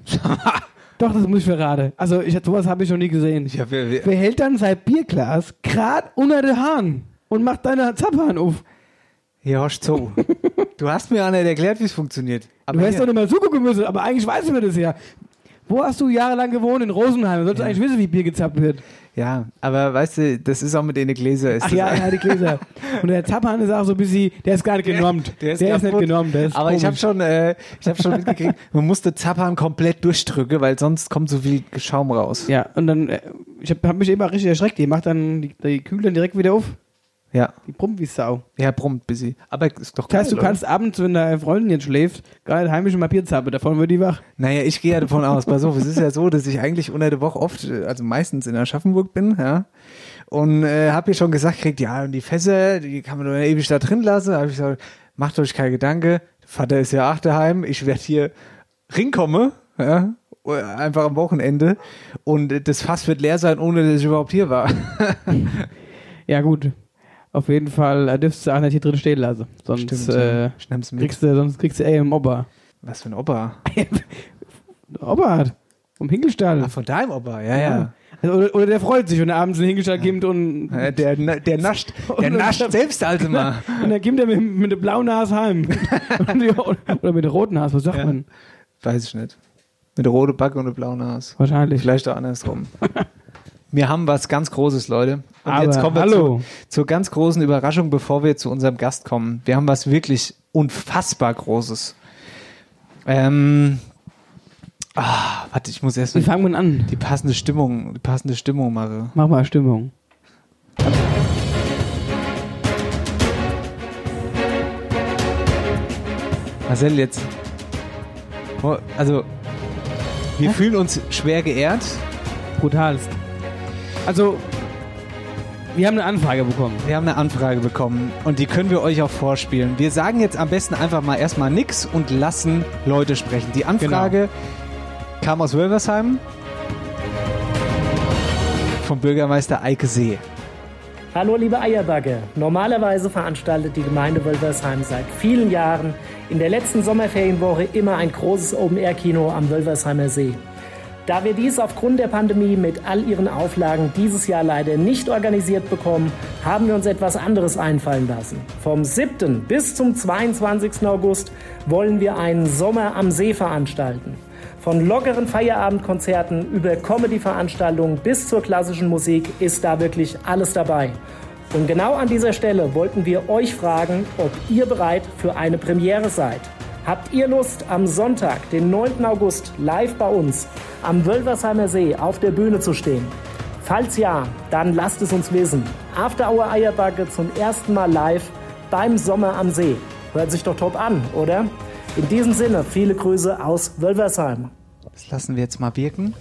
Speaker 4: Doch, das muss ich verraten. Also, ich, sowas habe ich noch nie gesehen.
Speaker 3: Ja, wir, wir.
Speaker 4: Wer hält dann sein Bierglas gerade unter den Hahn und macht deine Zapphahn auf?
Speaker 3: Ja, hast so. du hast mir, Anna, erklärt, wie es funktioniert.
Speaker 4: du hättest doch
Speaker 3: hier-
Speaker 4: nicht mal zugucken müssen, aber eigentlich weißt du das ja. Wo hast du jahrelang gewohnt? In Rosenheim. Du solltest eigentlich wissen, wie Bier gezappt wird.
Speaker 3: Ja, aber weißt du, das ist auch mit denen Gläser. Ist
Speaker 4: Ach
Speaker 3: das
Speaker 4: ja,
Speaker 3: ein-
Speaker 4: ja, die Gläser. Und der Zapphahn ist auch so ein bisschen, der ist gar nicht genormt. Der, ist, nicht
Speaker 3: kaputt.
Speaker 4: genormt. Der ist
Speaker 3: aber ich habe
Speaker 4: komisch.
Speaker 3: schon, äh, ich hab schon mitgekriegt, [LAUGHS] man musste Zappern komplett durchdrücken, weil sonst kommt so viel Schaum raus.
Speaker 4: Ja, und dann, äh, ich habe hab mich eben auch richtig erschreckt. Die macht dann, die, die kühlt dann direkt wieder auf.
Speaker 3: Ja.
Speaker 4: Die brummt wie Sau.
Speaker 3: Ja, brummt busy. Aber ist doch
Speaker 4: Das heißt,
Speaker 3: geil,
Speaker 4: du kannst abends, wenn deine Freundin jetzt schläft, gar nicht heimisch mal Bier zappen. Davon wird die wach.
Speaker 3: Naja, ich gehe ja davon aus. Pass auf, es ist ja so, dass ich eigentlich unter der Woche oft, äh, also meistens in Aschaffenburg bin, ja. Und äh, habe hier schon gesagt, kriegt ja, und die Fässer, die kann man nur ewig da drin lassen. Da habe ich gesagt, macht euch keine Gedanke. Vater ist ja auch daheim. Ich werde hier rinkomme, ja. Einfach am Wochenende. Und äh, das Fass wird leer sein, ohne dass ich überhaupt hier war. [LAUGHS]
Speaker 4: Ja, gut. Auf jeden Fall äh, dürfst du auch nicht hier drin stehen lassen. Sonst,
Speaker 3: Stimmt,
Speaker 4: äh,
Speaker 3: ja. Ich nehm's mit.
Speaker 4: kriegst du, sonst kriegst du ey im Ober. [LAUGHS]
Speaker 3: Was für ein Opa.
Speaker 4: Oberhard. Vom Hinkelstall.
Speaker 3: Ah, von deinem Opa, ja, ja.
Speaker 4: Also, oder, oder der freut sich, wenn er abends in den Hinkelstall gibt und.
Speaker 3: Äh, Der, na- der nascht, [LAUGHS] der
Speaker 4: Und-
Speaker 3: nascht selbst, also [LAUGHS] mal.
Speaker 4: Und dann gibt er mit, mit der blauen Nase
Speaker 3: [LAUGHS]
Speaker 4: heim. [LAUGHS] Und die- oder mit der roten Nase, was sagt man?
Speaker 3: Weiß ich nicht. Mit rote Backe und einem blauen Haas.
Speaker 4: Wahrscheinlich.
Speaker 3: Vielleicht auch andersrum. [LAUGHS] Wir haben was ganz Großes, Leute. Und
Speaker 4: Aber
Speaker 3: jetzt kommen wir
Speaker 4: hallo.
Speaker 3: Zu, zur ganz großen Überraschung, bevor wir zu unserem Gast kommen. Wir haben was wirklich unfassbar Großes. Ähm, ah, warte, ich muss erst
Speaker 4: Wie fangen wir an?
Speaker 3: die passende Stimmung, die passende Stimmung machen.
Speaker 4: Mach mal Stimmung.
Speaker 3: Marcel, jetzt. Oh, Also, wir fühlen uns schwer geehrt.
Speaker 4: Brutalst. Also, wir haben eine Anfrage bekommen.
Speaker 3: Wir haben eine Anfrage bekommen und die können wir euch auch vorspielen. Wir sagen jetzt am besten einfach mal erstmal nix und lassen Leute sprechen. Die Anfrage
Speaker 4: Genau.
Speaker 3: kam aus Wölversheim vom Bürgermeister Eike See.
Speaker 13: Hallo liebe Eierbagge. Normalerweise veranstaltet die Gemeinde Wölversheim seit vielen Jahren in der letzten Sommerferienwoche immer ein großes Open-Air-Kino am Wölversheimer See. Da wir dies aufgrund der Pandemie mit all ihren Auflagen dieses Jahr leider nicht organisiert bekommen, haben wir uns etwas anderes einfallen lassen. Vom 7. bis zum 22. August wollen wir einen Sommer am See veranstalten. Von lockeren Feierabendkonzerten über Comedy-Veranstaltungen bis zur klassischen Musik ist da wirklich alles dabei. Und genau an dieser Stelle wollten wir euch fragen, ob ihr bereit für eine Premiere seid. Habt ihr Lust, am Sonntag, den 9. August, live bei uns am Wölversheimer See auf der Bühne zu stehen? Falls ja, dann lasst es uns wissen. After Hour Eierbacke zum ersten Mal live beim Sommer am See. Hört sich doch top an, oder? In diesem Sinne, viele Grüße aus Wölversheim.
Speaker 3: Das lassen wir jetzt mal wirken.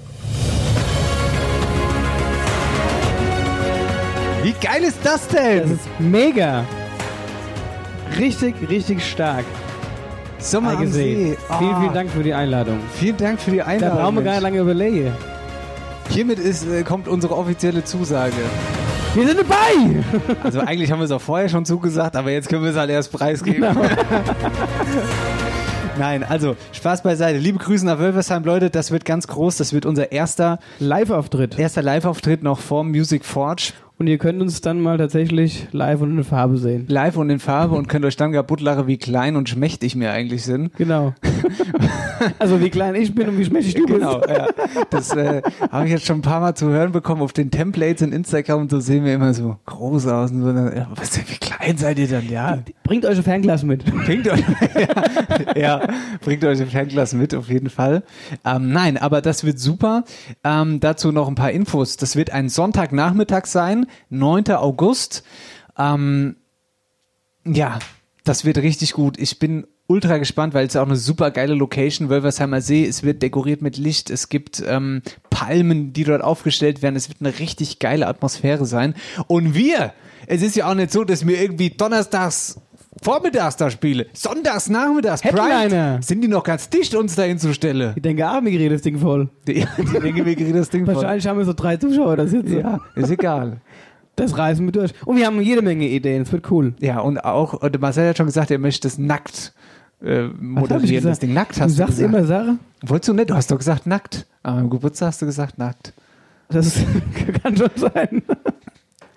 Speaker 3: Wie geil ist das denn?
Speaker 4: Das ist mega. Richtig, richtig stark.
Speaker 3: Sommer am See. Ah.
Speaker 4: Vielen, vielen Dank für die Einladung.
Speaker 3: Vielen Dank für die Einladung.
Speaker 4: Da brauchen wir gar
Speaker 3: Mensch.
Speaker 4: nicht lange überlegen.
Speaker 3: Hiermit ist, äh, kommt unsere offizielle Zusage.
Speaker 4: Wir sind dabei!
Speaker 3: Also eigentlich haben wir es auch vorher schon zugesagt, aber jetzt können wir es halt erst preisgeben. [LAUGHS] Nein, also Spaß beiseite. Liebe Grüße nach Wölversheim, Leute. Das wird ganz groß. Das wird unser erster
Speaker 4: [LAUGHS] Live-Auftritt.
Speaker 3: Erster Live-Auftritt noch vor Music Forge.
Speaker 4: Und ihr könnt uns dann mal tatsächlich live und in Farbe sehen.
Speaker 3: Live und in Farbe und könnt euch dann kaputt lachen, wie klein und schmächtig wir eigentlich sind.
Speaker 4: Genau. [LAUGHS] Also wie klein ich bin und wie schmächtig du
Speaker 3: Genau,
Speaker 4: bist.
Speaker 3: ja. Das äh, habe ich jetzt schon ein paar Mal zu hören bekommen auf den Templates in Instagram und so sehen wir immer so groß aus. Und so, dann, ja, was, wie klein seid ihr dann? Ja,
Speaker 4: Bringt euch ein Fernglas mit.
Speaker 3: Bringt euch, [LAUGHS] ja, ja, bringt euch ein Fernglas mit, auf jeden Fall. Ähm, nein, aber das wird super. Ähm, dazu noch ein paar Infos. Das wird ein Sonntagnachmittag sein, 9. August. Ähm, ja, das wird richtig gut. Ich bin ultra gespannt, weil es ist auch eine super geile Location, Wölversheimer See. Es wird dekoriert mit Licht. Es gibt ähm, Palmen, die dort aufgestellt werden. Es wird eine richtig geile Atmosphäre sein. Und wir, es ist ja auch nicht so, dass wir irgendwie donnerstags vormittags da spiele, sonntags nachmittags,
Speaker 4: Headliner.
Speaker 3: Pride, sind die noch ganz dicht, uns dahin zu stellen. [LAUGHS]
Speaker 4: Ich denke, ah, mir gerät das Ding voll.
Speaker 3: Die, die denken, wir kriegen das Ding voll.
Speaker 4: Wahrscheinlich haben wir so drei Zuschauer da sitzen.
Speaker 3: Ja, ist egal.
Speaker 4: Das reißen wir durch. Und wir haben jede Menge Ideen. Es wird cool.
Speaker 3: Ja, und auch, und Marcel hat schon gesagt, er möchte das nackt äh,
Speaker 4: Was hab ich
Speaker 3: moderieren. Das
Speaker 4: gesagt?
Speaker 3: Ding nackt
Speaker 4: du
Speaker 3: hast
Speaker 4: sagst
Speaker 3: gesagt.
Speaker 4: immer Sache.
Speaker 3: Wolltest du nicht? Du hast doch
Speaker 4: [LAUGHS]
Speaker 3: gesagt nackt. Am Geburtstag hast du gesagt nackt.
Speaker 4: Das kann schon sein.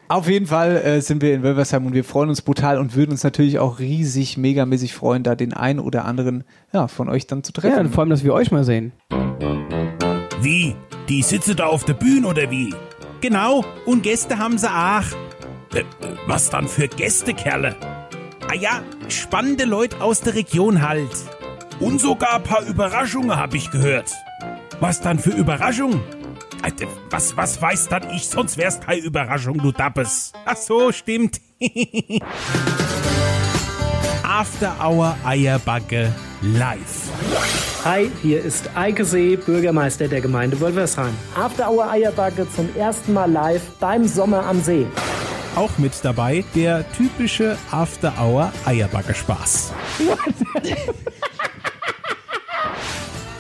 Speaker 3: Auf jeden Fall äh, sind wir in Wölversheim und wir freuen uns brutal und würden uns natürlich auch riesig, megamäßig freuen, da den einen oder anderen ja, von euch dann zu treffen. Ja, und
Speaker 4: vor allem, dass wir euch mal sehen.
Speaker 12: Wie? Die sitzen da auf der Bühne oder wie? Genau, und Gäste haben sie auch. Äh, was dann für Gäste, Kerle? Ah ja, spannende Leute aus der Region halt. Und sogar ein paar Überraschungen habe ich gehört. Was dann für Überraschungen? Alter, was, was weiß dann ich? Sonst wär's keine Überraschung, du Dappes. Ach so, stimmt. [LAUGHS] After Hour Eierbacke live.
Speaker 13: Hi, hier ist Eike See, Bürgermeister der Gemeinde Wölversheim. After Hour Eierbacke zum ersten Mal live beim Sommer am See.
Speaker 12: Auch mit dabei der typische After Hour Eierbacke Spaß.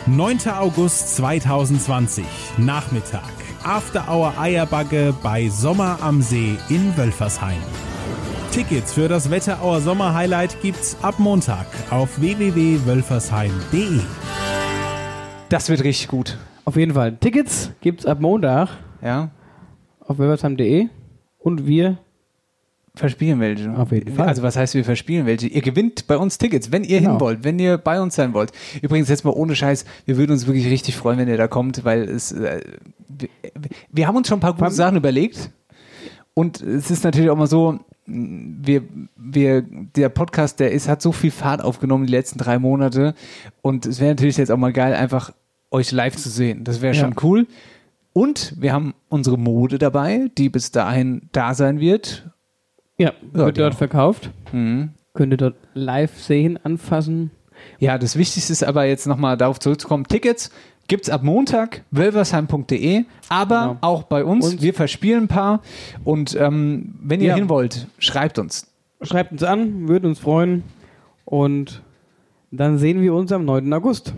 Speaker 12: 9. August 2020, Nachmittag. After Hour Eierbacke bei Sommer am See in Wölfersheim. Tickets für das Wetterauer Sommerhighlight gibt's ab Montag auf www.wölfersheim.de.
Speaker 3: Das wird richtig gut.
Speaker 4: Auf jeden Fall. Tickets gibt's ab Montag
Speaker 3: Ja,
Speaker 4: auf www.de und wir
Speaker 3: verspielen welche.
Speaker 4: Auf jeden Fall.
Speaker 3: Also was heißt, wir verspielen welche? Ihr gewinnt bei uns Tickets, wenn ihr
Speaker 4: Genau.
Speaker 3: hin wollt, wenn ihr bei uns sein wollt. Übrigens jetzt mal ohne Scheiß, wir würden uns wirklich richtig freuen, wenn ihr da kommt, weil es äh, wir, wir haben uns schon ein paar gute Sachen überlegt und es ist natürlich auch mal so, wir, wir, der Podcast, der ist, hat so viel Fahrt aufgenommen die letzten drei Monate und es wäre natürlich jetzt auch mal geil, einfach euch live zu sehen. Das wäre
Speaker 4: Ja.
Speaker 3: schon cool. Und wir haben unsere Mode dabei, die bis dahin da sein wird.
Speaker 4: Ja, genau. wird
Speaker 3: die
Speaker 4: dort
Speaker 3: auch.
Speaker 4: verkauft.
Speaker 3: Mhm.
Speaker 4: Könnt ihr dort live sehen, anfassen.
Speaker 3: Ja, das Wichtigste ist aber jetzt nochmal darauf zurückzukommen. Tickets gibt's ab Montag, wölversheim.de, aber
Speaker 4: Genau.
Speaker 3: auch bei uns.
Speaker 4: Und-
Speaker 3: wir verspielen ein paar. Und ähm, wenn ihr
Speaker 4: Ja.
Speaker 3: hin wollt, schreibt uns.
Speaker 4: Schreibt uns an, würden uns freuen. Und dann sehen wir uns am 9. August.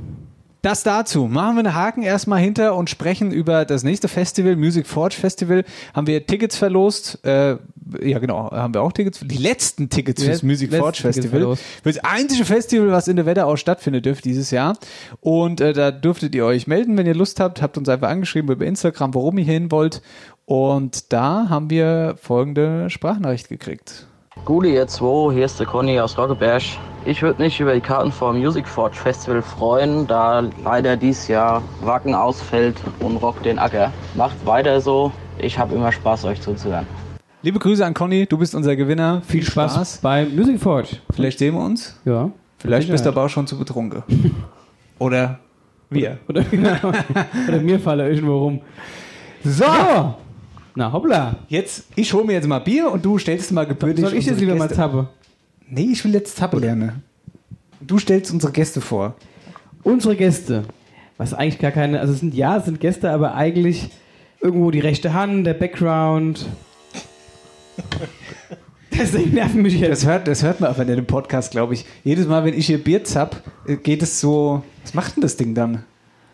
Speaker 3: Das dazu. Machen wir einen Haken erstmal hinter und sprechen über das nächste Festival, Music Forge Festival. Haben wir Tickets verlost. Äh, ja, genau, haben wir auch Tickets. Die letzten Tickets
Speaker 4: Die
Speaker 3: fürs
Speaker 4: let-
Speaker 3: Music
Speaker 4: letzten
Speaker 3: Forge
Speaker 4: Tickets
Speaker 3: Festival.
Speaker 4: verlost.
Speaker 3: Für das einzige Festival, was in der Wetterau stattfindet, dürft dieses Jahr. Und äh, da dürftet ihr euch melden, wenn ihr Lust habt. Habt uns einfach angeschrieben über Instagram, warum ihr hin wollt. Und da haben wir folgende Sprachnachricht gekriegt.
Speaker 14: Gute ihr zwei, hier ist der Conny aus Rockeberg. Ich würde mich über die Karten vom Music Forge Festival freuen, da leider dies Jahr Wacken ausfällt und Rock den Acker. Macht weiter so, ich habe immer Spaß euch zuzuhören.
Speaker 3: Liebe Grüße an Conny, du bist unser Gewinner. Viel, Spaß.
Speaker 4: bei Music Forge.
Speaker 3: Vielleicht sehen wir uns.
Speaker 4: Ja.
Speaker 3: Vielleicht bist du
Speaker 4: Sicherheit.
Speaker 3: aber auch schon zu [LAUGHS] betrunken. Oder wir.
Speaker 4: Oder, oder [LAUGHS] mir falle irgendwo rum.
Speaker 3: So!
Speaker 4: Ah. Na hoppla.
Speaker 3: Jetzt, ich hole mir jetzt mal Bier und du stellst mal gebürtig.
Speaker 4: Soll ich jetzt
Speaker 3: unsere
Speaker 4: lieber mal
Speaker 3: Gäste.
Speaker 4: Tappe?
Speaker 3: Nee, ich will jetzt Tappe lernen. Du stellst unsere Gäste vor.
Speaker 4: Unsere Gäste. Was eigentlich gar keine, also es sind ja, es sind Gäste, aber eigentlich irgendwo die rechte Hand, der [LAUGHS] Background. Deswegen nerven mich jetzt.
Speaker 3: Das hört, das hört man aber in dem Podcast, glaube ich. Jedes Mal, wenn ich hier Bier zapp, äh, geht es so. Was macht denn das Ding dann?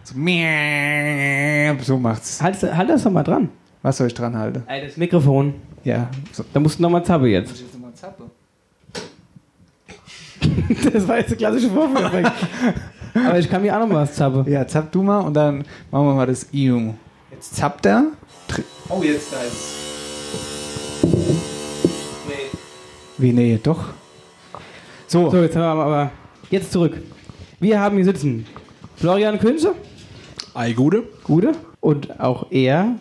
Speaker 3: So, miau, so macht's.
Speaker 4: Halt, halt das nochmal dran.
Speaker 3: Was soll ich dran halten?
Speaker 4: Ey, das Mikrofon.
Speaker 3: Ja. So.
Speaker 4: Da musst du nochmal Zappe jetzt. [LAUGHS] Das war jetzt der klassische Vorführeffekt. [LAUGHS] Aber ich kann mir auch nochmal was zappe.
Speaker 3: Ja, zapp du mal und dann machen wir mal das Iu. Jetzt zappt er. Tri-
Speaker 4: Oh, jetzt da ist
Speaker 3: Wie, nee, doch. So,
Speaker 4: So, jetzt haben wir aber. Jetzt zurück. Wir haben hier sitzen Florian Künze.
Speaker 15: Ei, Gude.
Speaker 4: Gude. Und auch er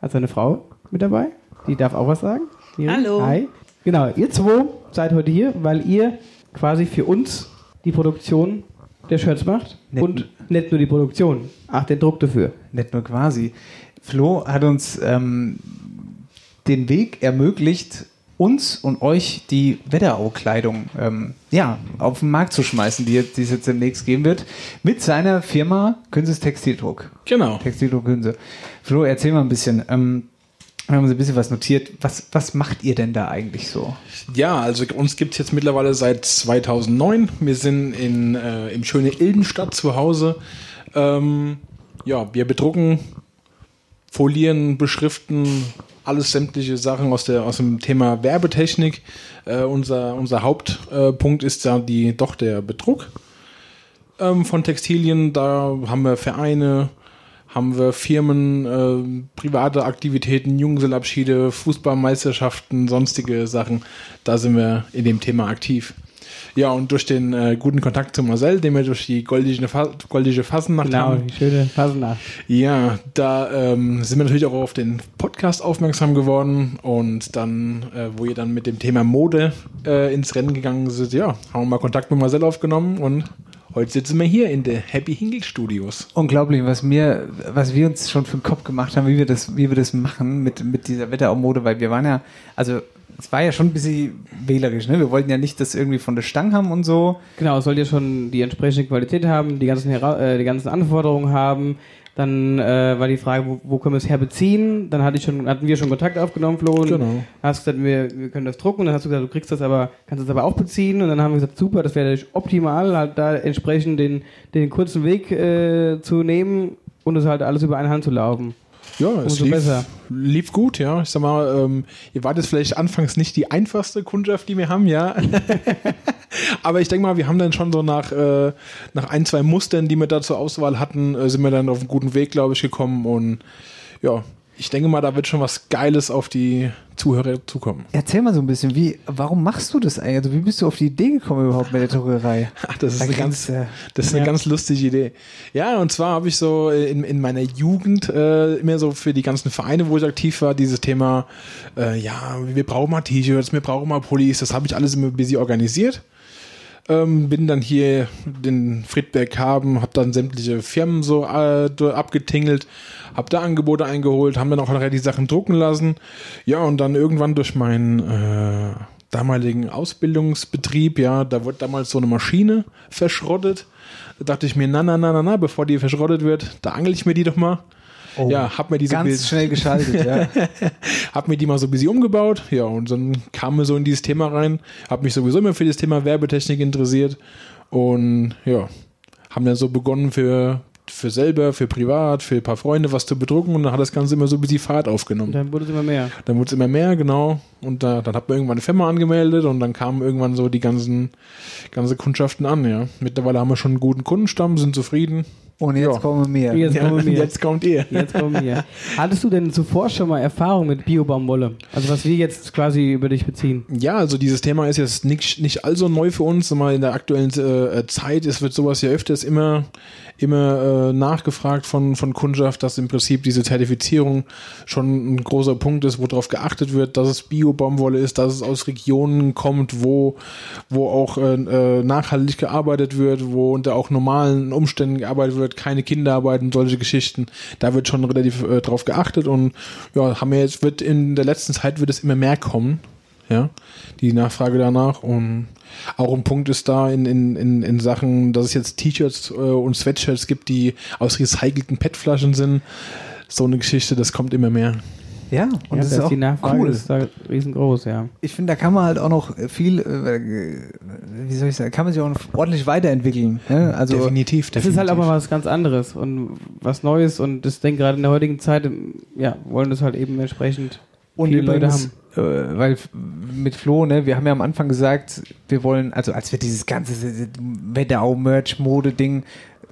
Speaker 4: hat seine Frau mit dabei. Die darf auch was sagen. Miri,
Speaker 16: Hallo.
Speaker 4: Hi. Genau, ihr zwei seid heute hier, weil ihr quasi für uns die Produktion der Shirts macht. Und nicht nur die Produktion, ach, den Druck dafür.
Speaker 3: Nicht nur quasi. Flo hat uns ähm, den Weg ermöglicht, uns und euch die Wetterau-Kleidung ähm, ja, auf den Markt zu schmeißen, die, jetzt- die es jetzt demnächst geben wird, mit seiner Firma Künzes Textildruck.
Speaker 15: Genau.
Speaker 3: Textildruck Künze. Flo, erzähl mal ein bisschen. Ähm, wir haben uns ein bisschen was notiert. Was, was macht ihr denn da eigentlich so?
Speaker 15: Ja, also uns gibt es jetzt mittlerweile seit 2009. Wir sind in, äh, im schönen Ildenstadt zu Hause. Ähm, ja, wir bedrucken, folieren, beschriften alles sämtliche Sachen aus, der, aus dem Thema Werbetechnik. Äh, unser unser Hauptpunkt äh, Punkt ist ja die, doch der Bedruck ähm, von Textilien. Da haben wir Vereine, haben wir Firmen, äh, private Aktivitäten, Jungselabschiede, Fußballmeisterschaften, sonstige Sachen. Da sind wir in dem Thema aktiv. Ja, und durch den äh, guten Kontakt zu Marcel, den wir durch die goldische, Fa goldische Fassennacht
Speaker 4: Genau,
Speaker 15: haben,
Speaker 4: die schöne Fasnacht.
Speaker 15: ja, da ähm, sind wir natürlich auch auf den Podcast aufmerksam geworden und dann, äh, wo ihr dann mit dem Thema Mode äh, ins Rennen gegangen seid, ja, haben wir mal Kontakt mit Marcel aufgenommen und heute sitzen wir hier in der Happy Hingle Studios.
Speaker 3: Unglaublich, was mir, was wir uns schon für den Kopf gemacht haben, wie wir das, wie wir das machen mit, mit dieser Wetteraumode, weil wir waren ja, also es war ja schon ein bisschen wählerisch, ne? Wir wollten ja nicht das irgendwie von der Stange haben und so.
Speaker 4: Genau, es sollte ja schon die entsprechende Qualität haben, die ganzen, Hera äh, die ganzen Anforderungen haben. Dann äh, war die Frage, wo, wo können wir es herbeziehen? Dann hatte ich schon, hatten wir schon Kontakt aufgenommen, Flo. Und
Speaker 15: Genau.
Speaker 4: Hast gesagt, wir, wir können das drucken. Und dann hast du gesagt, du kriegst das aber, kannst das aber auch beziehen. Und dann haben wir gesagt, super, das wäre natürlich optimal, halt da entsprechend den, den kurzen Weg äh, zu nehmen und es halt alles über eine Hand zu laufen.
Speaker 15: Ja, es
Speaker 4: Umso
Speaker 15: lief,
Speaker 4: besser.
Speaker 15: lief gut, ja. Ich sag mal, ähm, ihr wart jetzt vielleicht anfangs nicht die einfachste Kundschaft, die wir haben, ja. [LAUGHS] Aber ich denke mal, wir haben dann schon so nach, äh, nach ein, zwei Mustern, die wir da zur Auswahl hatten, äh, sind wir dann auf einen guten Weg, glaube ich, gekommen. Und ja, ich denke mal, da wird schon was Geiles auf die Zuhörer zukommen.
Speaker 3: Erzähl mal so ein bisschen, wie, warum machst du das eigentlich? Also wie bist du auf die Idee gekommen überhaupt mit der Druckerei?
Speaker 15: Ach, das ist,
Speaker 3: Da
Speaker 15: eine
Speaker 3: grinst
Speaker 15: ganz,
Speaker 3: er.
Speaker 15: das ist eine
Speaker 3: Ja.
Speaker 15: ganz lustige Idee. Ja, und zwar habe ich so äh, in, in meiner Jugend äh, immer so für die ganzen Vereine, wo ich aktiv war, dieses Thema, äh, ja, wir brauchen mal T-Shirts, wir brauchen mal Pullis, das habe ich alles immer busy organisiert. Ähm, bin dann hier den Friedberg haben, habe dann sämtliche Firmen so äh, do- abgetingelt, habe da Angebote eingeholt, haben dann auch nachher die Sachen drucken lassen. Ja, und dann irgendwann durch meinen äh, damaligen Ausbildungsbetrieb, ja, da wurde damals so eine Maschine verschrottet. Da dachte ich mir, na, na, na, na, na, bevor die verschrottet wird, da angel ich mir die doch mal.
Speaker 17: Oh.
Speaker 15: ja, hab mir diese
Speaker 3: ganz
Speaker 15: Bild-
Speaker 3: schnell geschaltet, ja.
Speaker 15: hab mir die mal so ein bisschen umgebaut, ja, und dann kam mir so in dieses Thema rein, hab mich sowieso immer für das Thema Werbetechnik interessiert und ja, haben dann so begonnen für, für selber, für privat, für ein paar Freunde was zu bedrucken und dann hat das Ganze immer so ein bisschen Fahrt aufgenommen.
Speaker 4: Dann wurde es immer mehr.
Speaker 15: Dann wurde es immer mehr, genau. Und da, dann hat man irgendwann eine Firma angemeldet und dann kamen irgendwann so die ganzen ganze Kundschaften an, ja. Mittlerweile haben wir schon einen guten Kundenstamm, sind zufrieden.
Speaker 3: Und jetzt kommen wir.
Speaker 4: Jetzt
Speaker 15: ja,
Speaker 4: kommen wir.
Speaker 15: Jetzt kommt ihr.
Speaker 4: Jetzt kommen wir. Hattest du denn zuvor schon mal Erfahrung mit Biobaumwolle? Also was wir jetzt quasi über dich beziehen.
Speaker 15: Ja, also dieses Thema ist jetzt nicht, nicht allzu neu für uns, mal in der aktuellen äh, Zeit. Es wird sowas ja öfters immer, immer äh, nachgefragt von, von Kundschaft, dass im Prinzip diese Zertifizierung schon ein großer Punkt ist, wo darauf geachtet wird, dass es Bio-Baumwolle ist, dass es aus Regionen kommt, wo, wo auch äh, äh, nachhaltig gearbeitet wird, wo unter auch normalen Umständen gearbeitet wird, keine Kinderarbeit und solche Geschichten. Da wird schon relativ äh, drauf geachtet und ja, haben wir jetzt, wird in der letzten Zeit wird es immer mehr kommen ja, die Nachfrage danach. Und auch ein Punkt ist da in, in, in, in Sachen, dass es jetzt T-Shirts äh, und Sweatshirts gibt, die aus recycelten PET-Flaschen sind. So eine Geschichte, das kommt immer mehr.
Speaker 3: Ja, und das ist auch
Speaker 4: die Nachfrage
Speaker 3: cool.
Speaker 4: ist da riesengroß, ja.
Speaker 3: Ich finde, da kann man halt auch noch viel, äh, wie soll ich sagen, kann man sich auch noch ordentlich weiterentwickeln. Ne? Also
Speaker 15: definitiv,
Speaker 4: Das ist halt aber was ganz anderes und was Neues und das denke gerade in der heutigen Zeit, ja, wollen das halt eben entsprechend
Speaker 3: Und
Speaker 4: viele
Speaker 3: übrigens,
Speaker 4: Leute haben.
Speaker 3: äh, weil f- mit Flo, ne, wir haben ja am Anfang gesagt, wir wollen, also als wir dieses ganze Wetterau-Merch-Mode-Ding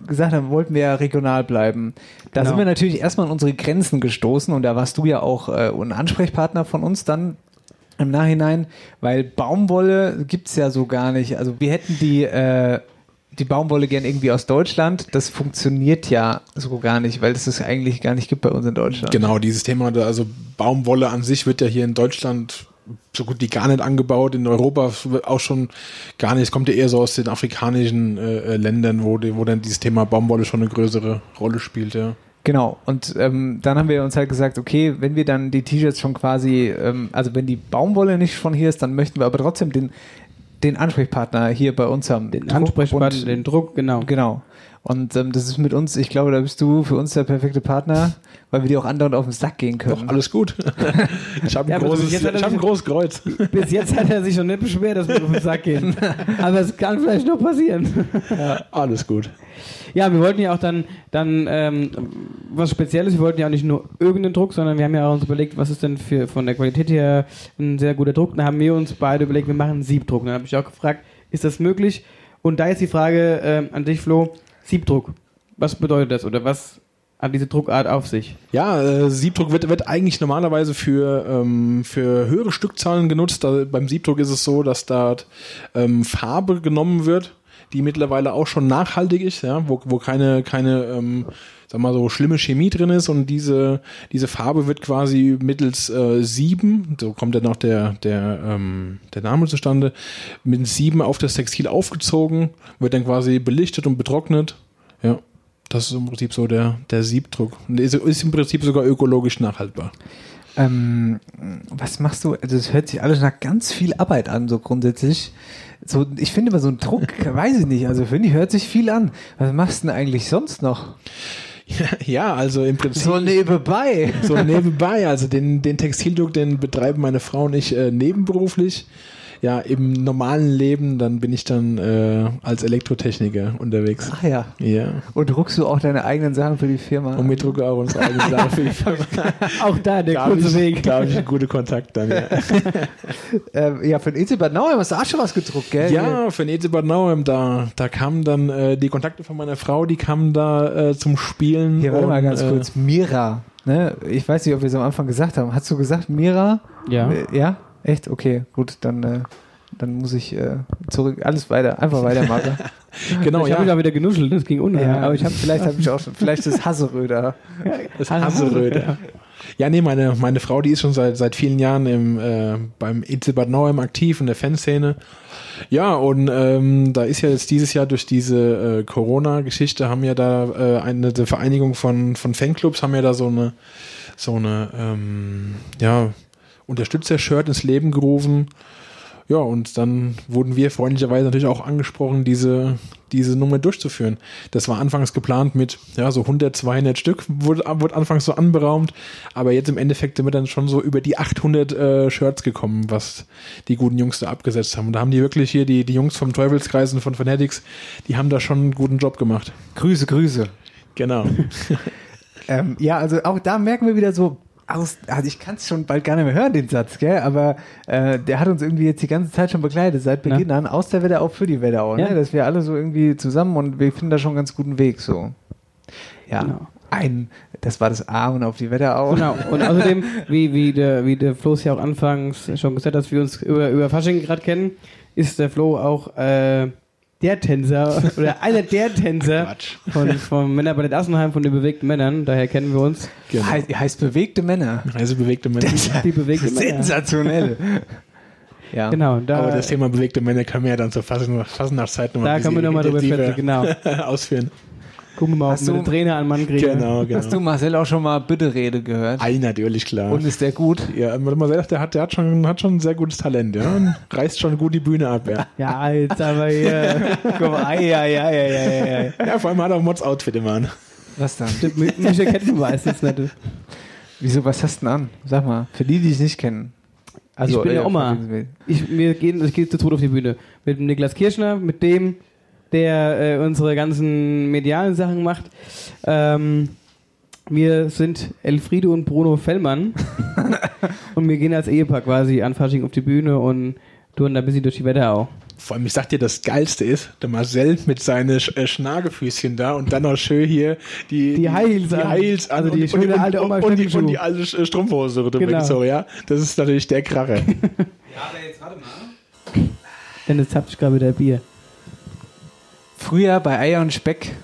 Speaker 3: gesagt haben, wollten wir ja regional bleiben. Da
Speaker 4: Genau.
Speaker 3: sind wir natürlich erstmal an unsere Grenzen gestoßen und da warst du ja auch äh, ein Ansprechpartner von uns dann im Nachhinein, weil Baumwolle gibt's ja so gar nicht. Also wir hätten die, äh, die Baumwolle gern irgendwie aus Deutschland. Das funktioniert ja so gar nicht, weil es das eigentlich gar nicht gibt bei uns in Deutschland.
Speaker 15: Genau, dieses Thema, da- also Baumwolle an sich wird ja hier in Deutschland so gut wie gar nicht angebaut, in Europa auch schon gar nicht. Es kommt ja eher so aus den afrikanischen äh, äh, Ländern, wo, die, wo dann dieses Thema Baumwolle schon eine größere Rolle spielt, ja.
Speaker 3: Genau, und ähm, dann haben wir uns halt gesagt, okay, wenn wir dann die T-Shirts schon quasi, ähm, also wenn die Baumwolle nicht von hier ist, dann möchten wir aber trotzdem den, den Ansprechpartner hier bei uns haben. Den
Speaker 4: Ansprechpartner, den Druck, genau.
Speaker 3: Genau. Und ähm, das ist mit uns, ich glaube, da bist du für uns der perfekte Partner, weil wir dir auch andauernd auf den Sack gehen können.
Speaker 15: Doch, alles gut. Ich habe
Speaker 4: Ja,
Speaker 15: ein,
Speaker 4: aber
Speaker 15: großes,
Speaker 4: bis jetzt
Speaker 15: ich
Speaker 4: hat er
Speaker 15: hab ein
Speaker 4: sich-
Speaker 15: großes Kreuz.
Speaker 4: [LAUGHS] Bis jetzt hat er sich schon nicht beschwert, dass wir auf den
Speaker 15: [LAUGHS]
Speaker 4: Sack gehen. Aber es kann vielleicht noch passieren.
Speaker 15: Alles gut.
Speaker 4: Ja, wir wollten ja auch dann, dann ähm, was Spezielles, wir wollten ja auch nicht nur irgendeinen Druck, sondern wir haben ja auch uns überlegt, was ist denn für, von der Qualität her ein sehr guter Druck. Dann haben wir uns beide überlegt, wir machen Siebdruck. Dann habe ich auch gefragt, ist das möglich? Und da ist die Frage ähm, an dich, Flo, Siebdruck. Was bedeutet das oder was hat diese Druckart auf sich.
Speaker 15: Ja, äh, Siebdruck wird, wird eigentlich normalerweise für, ähm, für höhere Stückzahlen genutzt. Da, beim Siebdruck ist es so, dass da ähm, Farbe genommen wird, die mittlerweile auch schon nachhaltig ist, ja, wo, wo keine, keine ähm, sag mal so, schlimme Chemie drin ist und diese, diese Farbe wird quasi mittels äh, Sieben, so kommt dann auch der, der, ähm, der Name zustande, mit Sieben auf das Textil aufgezogen, wird dann quasi belichtet und betrocknet. Ja, das ist im Prinzip so der, der Siebdruck. Und ist, ist im Prinzip sogar ökologisch nachhaltbar.
Speaker 3: Ähm, was machst du? Also es hört sich alles nach ganz viel Arbeit an, so grundsätzlich. So, ich finde immer so ein Druck, weiß ich nicht. Also finde ich, hört sich viel an. Was machst du denn eigentlich sonst noch?
Speaker 15: [LAUGHS] Ja, also im Prinzip.
Speaker 3: So nebenbei.
Speaker 15: So nebenbei. Also den, den Textildruck, den betreiben meine Frau und ich äh, nebenberuflich. Ja, im normalen Leben, dann bin ich dann äh, als Elektrotechniker unterwegs.
Speaker 3: Ach Ah, ja.
Speaker 15: Ja.
Speaker 3: Und druckst du auch deine eigenen Sachen für die Firma?
Speaker 15: Und wir drucken auch unsere [LAUGHS] eigenen Sachen für die Firma.
Speaker 4: auch da, der
Speaker 15: Da habe
Speaker 4: kurze
Speaker 15: ich,
Speaker 4: Weg.
Speaker 15: da hab ich einen guten Kontakt dann,
Speaker 4: [LAUGHS]
Speaker 15: ja.
Speaker 3: ähm, ja, für den Inselbad Nauheim hast du auch schon was gedruckt, gell?
Speaker 15: Ja, für Nete Bad Nauheim, da, da kamen dann äh, die Kontakte von meiner Frau, die kamen da äh, zum Spielen.
Speaker 3: Hier, warte
Speaker 15: und,
Speaker 3: mal ganz
Speaker 15: äh,
Speaker 3: kurz. Mira. Ne? Ich weiß nicht, ob wir es am Anfang gesagt haben. Hast du gesagt, Mira?
Speaker 4: Ja.
Speaker 3: Äh, Ja? Echt? Okay, gut, dann, äh, dann muss ich äh, zurück. Alles weiter, einfach
Speaker 15: [LAUGHS]
Speaker 3: weitermachen.
Speaker 15: Genau,
Speaker 4: ich
Speaker 15: ja.
Speaker 4: habe da wieder genuschelt, das ging unheimlich.
Speaker 3: ja, aber ich hab,
Speaker 4: habe
Speaker 3: vielleicht habe ich auch schon, vielleicht ist Hasseröder.
Speaker 15: Das Hasseröder. Ja, nee, meine, meine Frau, die ist schon seit, seit vielen Jahren im, äh, beim EZ Bad Nauheim aktiv in der Fanszene. Ja, und ähm, da ist ja jetzt dieses Jahr durch diese äh, Corona-Geschichte haben ja da äh, eine die Vereinigung von, von Fanclubs haben ja da so eine so eine ähm, ja, Unterstützer-Shirt ins Leben gerufen. Ja, und dann wurden wir freundlicherweise natürlich auch angesprochen, diese, diese Nummer durchzuführen. Das war anfangs geplant mit, ja, so 100, 200 Stück, wurde, wurde anfangs so anberaumt, aber jetzt im Endeffekt sind wir dann schon so über die 800 äh, Shirts gekommen, was die guten Jungs da abgesetzt haben. Und da haben die wirklich hier, die, die Jungs vom Teufelskreis und von Fanatics, die haben da schon einen guten Job gemacht.
Speaker 3: Grüße, Grüße.
Speaker 15: Genau.
Speaker 3: Ähm, ja, also auch da merken wir wieder so, aus, also ich kann es schon bald gar nicht mehr hören, den Satz, gell? Aber äh, der hat uns irgendwie jetzt die ganze Zeit schon begleitet, seit Beginn an, aus der Wetterau für die Wetterau,
Speaker 4: Ja.
Speaker 3: ne? Dass wir alle so irgendwie zusammen und wir finden da schon einen ganz guten Weg so. Ja.
Speaker 4: Genau.
Speaker 3: Ein, das war das A und auf die Wetterau.
Speaker 4: Genau, und außerdem, wie, wie, der, wie der Flo es ja auch anfangs schon gesagt hat, dass wir uns über, über Fasching gerade kennen, ist der Flo auch äh, der
Speaker 3: [LAUGHS]
Speaker 4: Tänzer oder einer der Tänzer von, vom Männerballett Assenheim, von den bewegten Männern, daher kennen wir uns.
Speaker 3: Heißt, heißt Genau. bewegte Männer.
Speaker 4: Genau.
Speaker 15: Also bewegte Männer.
Speaker 4: Die
Speaker 3: [LAUGHS]
Speaker 4: bewegten Männer. [LAUGHS]
Speaker 3: Sensationell. ja.
Speaker 4: Genau, da,
Speaker 15: aber das Thema bewegte Männer können wir ja dann zur Fassen- Fassnachtszeit nochmal
Speaker 4: Da können wir nochmal drüber sprechen, genau.
Speaker 15: ausführen.
Speaker 4: gucken wir mal, ob
Speaker 3: Hast
Speaker 4: wir
Speaker 3: du-
Speaker 4: den Trainer an Mann kriegen.
Speaker 15: Genau, genau.
Speaker 3: Hast du Marcel auch schon mal Bitte-Rede gehört?
Speaker 15: Ei, natürlich, klar.
Speaker 3: Und ist der gut?
Speaker 15: Ja, man sagt, der hat, der hat schon, hat schon ein sehr gutes Talent, ja. [LAUGHS] Und reißt schon gut die Bühne ab, ja.
Speaker 4: Ja, jetzt aber
Speaker 3: [LAUGHS]
Speaker 4: hier.
Speaker 3: Komm, ei, ei, ei, ei, ei,
Speaker 15: [LAUGHS]
Speaker 3: ei.
Speaker 15: Ja, vor allem hat er auch Mods Outfit immer an.
Speaker 3: Was dann?
Speaker 4: Stimmt, mich mich erkennt du weißt jetzt nicht.
Speaker 3: Wieso, was hast du denn an? Sag mal, für die, die dich nicht kennen. Also,
Speaker 4: ich bin der
Speaker 3: äh,
Speaker 4: Oma.
Speaker 3: Frank-
Speaker 4: Ich, wir gehen, ich gehe zu Tod auf die Bühne. Mit dem Niklas Kirschner, mit dem, der äh, unsere ganzen medialen Sachen macht. Ähm, wir sind Elfriede und Bruno
Speaker 3: [LAUGHS]
Speaker 4: Fellmann. und wir gehen als Ehepaar quasi an Fasching auf die Bühne und touren da ein bisschen durch die Wetterau.
Speaker 15: Vor allem, ich sag dir, das Geilste ist, der Marcel mit seinen Sch äh, Schnagefüßchen da und dann noch schön hier die,
Speaker 4: Die Heils
Speaker 15: die
Speaker 4: an.
Speaker 15: Heils an
Speaker 4: Also die
Speaker 15: und,
Speaker 4: schöne
Speaker 15: und,
Speaker 4: alte Oma
Speaker 15: und, und, die,
Speaker 4: Stöckelschuh.
Speaker 15: und die alte Sch- äh, Strumpfhose drüber.
Speaker 4: Genau.
Speaker 15: So, ja. Das ist natürlich der Kracher. [LAUGHS]
Speaker 4: Denn jetzt hab ich gerade wieder Bier.
Speaker 3: Früher bei Eier und Speck,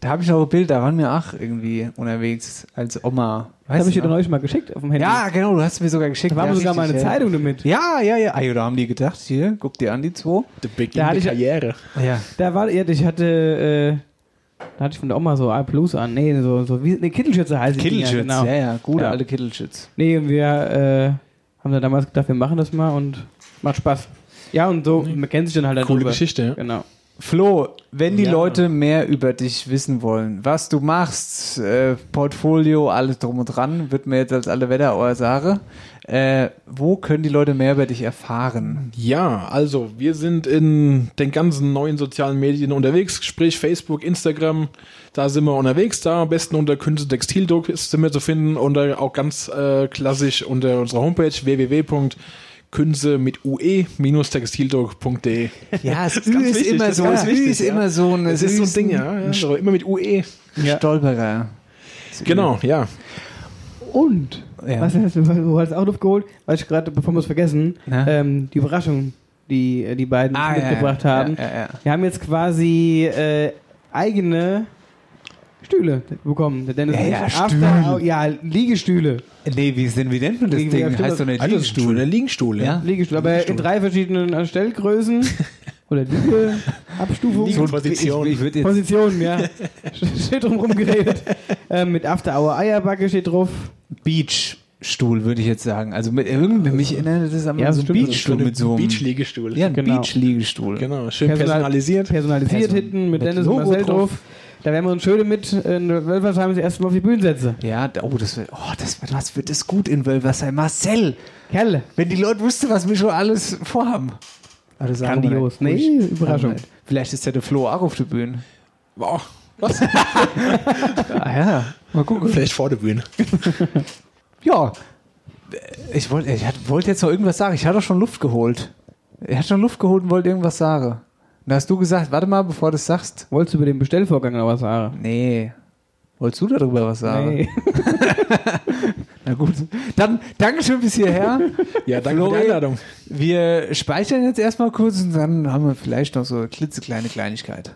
Speaker 3: da habe ich noch ein Bild, da waren wir auch irgendwie unterwegs als Oma.
Speaker 4: Das habe ich dir
Speaker 3: du
Speaker 4: doch
Speaker 3: noch?
Speaker 4: neulich mal geschickt auf dem Handy.
Speaker 3: ne? Ja, genau, du hast mir sogar geschickt.
Speaker 4: da war
Speaker 3: ja,
Speaker 4: mir sogar
Speaker 3: richtig,
Speaker 4: meine
Speaker 3: ja.
Speaker 4: Zeitung damit.
Speaker 3: Ja, ja, ja. Ah, ja, da haben die gedacht, hier, guck dir an, die zwei.
Speaker 15: The
Speaker 4: Da
Speaker 15: Beginn
Speaker 4: hatte
Speaker 15: der
Speaker 4: ich-
Speaker 15: Karriere.
Speaker 3: Ja.
Speaker 4: Da war, ja, ich hatte, äh, da hatte ich von der Oma so A Plus an, nee, so, so wie, nee, Kittelschürze heißt die Dinger,
Speaker 3: Kittelschütz,
Speaker 4: genau.
Speaker 3: ja, ja, gute
Speaker 4: Ja.
Speaker 3: alte Kittelschütz.
Speaker 4: Nee, und wir äh, haben dann damals gedacht, wir machen das mal und macht Spaß. Ja, und so, man kennt sich dann halt
Speaker 15: Coole
Speaker 4: darüber.
Speaker 15: Geschichte, ja.
Speaker 4: Genau.
Speaker 3: Flo, wenn die
Speaker 15: Ja.
Speaker 3: Leute mehr über dich wissen wollen, was du machst, äh, Portfolio, alles drum und dran, wird mir jetzt als alle Wetterauer Sache, äh, wo können die Leute mehr über dich erfahren?
Speaker 15: Ja, also wir sind in den ganzen neuen sozialen Medien unterwegs, sprich Facebook, Instagram, da sind wir unterwegs, da am besten unter Künste Textildruck ist- sind wir zu finden und auch ganz äh, klassisch unter unserer Homepage www.künze mit ue-textildruck.de.
Speaker 3: Ja, [LAUGHS] es
Speaker 15: ganz wichtig, das ist ganz
Speaker 3: es
Speaker 15: wichtig, ja.
Speaker 3: so ein,
Speaker 15: Das ist so ein
Speaker 3: Ding,
Speaker 15: Ding, ja, ja so immer mit ue.
Speaker 3: Stolperer.
Speaker 15: Genau, ja.
Speaker 4: Und,
Speaker 15: Ja.
Speaker 4: was hast du, du hast auch noch geholt, weil ich gerade, bevor wir es vergessen,
Speaker 3: Na?
Speaker 4: ähm, die Überraschung, die äh, die beiden
Speaker 3: Ah, ja,
Speaker 4: mitgebracht
Speaker 3: ja,
Speaker 4: haben.
Speaker 3: ja, ja, ja.
Speaker 4: Wir haben jetzt quasi äh, eigene Stühle bekommen. Der Dennis
Speaker 3: Ja,
Speaker 4: und ich.
Speaker 3: ja,
Speaker 4: After, ja, Liegestühle.
Speaker 3: Nee, wie, sind, wie nennt man das
Speaker 4: Wie- wie
Speaker 3: Ding?
Speaker 4: stimmt
Speaker 3: Heißt
Speaker 4: das?
Speaker 3: so eine
Speaker 4: Ah, das ist
Speaker 3: Liegestuhl.
Speaker 15: Liegestuhl,
Speaker 3: ja.
Speaker 4: Liegestuhl, aber in drei verschiedenen äh, [LAUGHS] Stellgrößen oder Liege, Abstufung.
Speaker 3: So ein- Position. ich- ich würd jetzt-
Speaker 4: Positionen, ja.
Speaker 3: [LAUGHS]
Speaker 4: steht drum rumgeredet. Ähm, mit After Hour Eierbacke steht drauf.
Speaker 3: Beachstuhl, würde ich jetzt sagen. Also mit irgendwie, mich erinnert das an
Speaker 4: Ja,
Speaker 3: so einen
Speaker 4: stimmt.
Speaker 3: Beachstuhl mit so einem
Speaker 15: Beach-Liegestuhl.
Speaker 3: Ja, ein
Speaker 4: Genau.
Speaker 3: Beach-Liegestuhl.
Speaker 15: Genau, schön
Speaker 4: Personal-
Speaker 15: personalisiert.
Speaker 4: Personalisiert
Speaker 3: Person-
Speaker 4: hinten mit,
Speaker 3: mit
Speaker 4: Dennis und
Speaker 3: Logo
Speaker 4: Marcel drauf.
Speaker 3: drauf.
Speaker 4: Da werden wir uns schön mit in Wölfersheim das erste Mal auf die Bühne setzen.
Speaker 3: Ja, da- oh, das wird, oh, das wird, was wird das gut in Wölversheim? Marcel!
Speaker 4: Kerle!
Speaker 3: Wenn die Leute wüssten, was wir schon alles vorhaben. Aber Ah, das sagen wir
Speaker 4: Grandios.
Speaker 3: nicht.
Speaker 4: Nee,
Speaker 3: Ruhig.
Speaker 4: Überraschung.
Speaker 3: Sagen wir nicht. Vielleicht ist ja der Flo auch auf der Bühne.
Speaker 15: Wow. Was?
Speaker 3: [LAUGHS] Ah ja, mal gucken.
Speaker 15: Vielleicht vor der Bühne.
Speaker 3: [LAUGHS] Ja. Ich wollte ich hatte- wollte jetzt noch irgendwas sagen. Ich hatte doch schon Luft geholt. Ich hatte schon Luft geholt und wollte irgendwas sagen. Und da hast du gesagt, warte mal, bevor du es sagst.
Speaker 4: Wolltest du über den Bestellvorgang noch was sagen?
Speaker 3: Nee. Wolltest du darüber was sagen?
Speaker 4: Nee.
Speaker 3: Na gut. Dann Dankeschön bis hierher.
Speaker 15: [LAUGHS] Ja, danke für die
Speaker 3: Florian,
Speaker 15: Einladung.
Speaker 3: Wir speichern jetzt erstmal kurz und dann haben wir vielleicht noch so eine klitzekleine Kleinigkeit.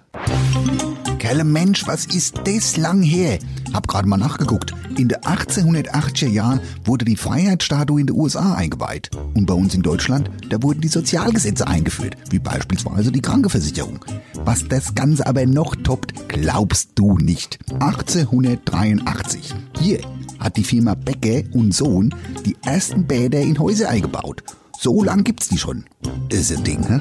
Speaker 2: Kerle Mensch, was ist das lang her? Hab gerade mal nachgeguckt. In den 1880er Jahren wurde die Freiheitsstatue in den USA eingeweiht. Und bei uns in Deutschland, da wurden die Sozialgesetze eingeführt, wie beispielsweise die Krankenversicherung. Was das Ganze aber noch toppt, glaubst du nicht. 1883. Hier hat die Firma Becke und Sohn die ersten Bäder in Häuser eingebaut. So lang gibt's die schon. Ist ein Ding, hä?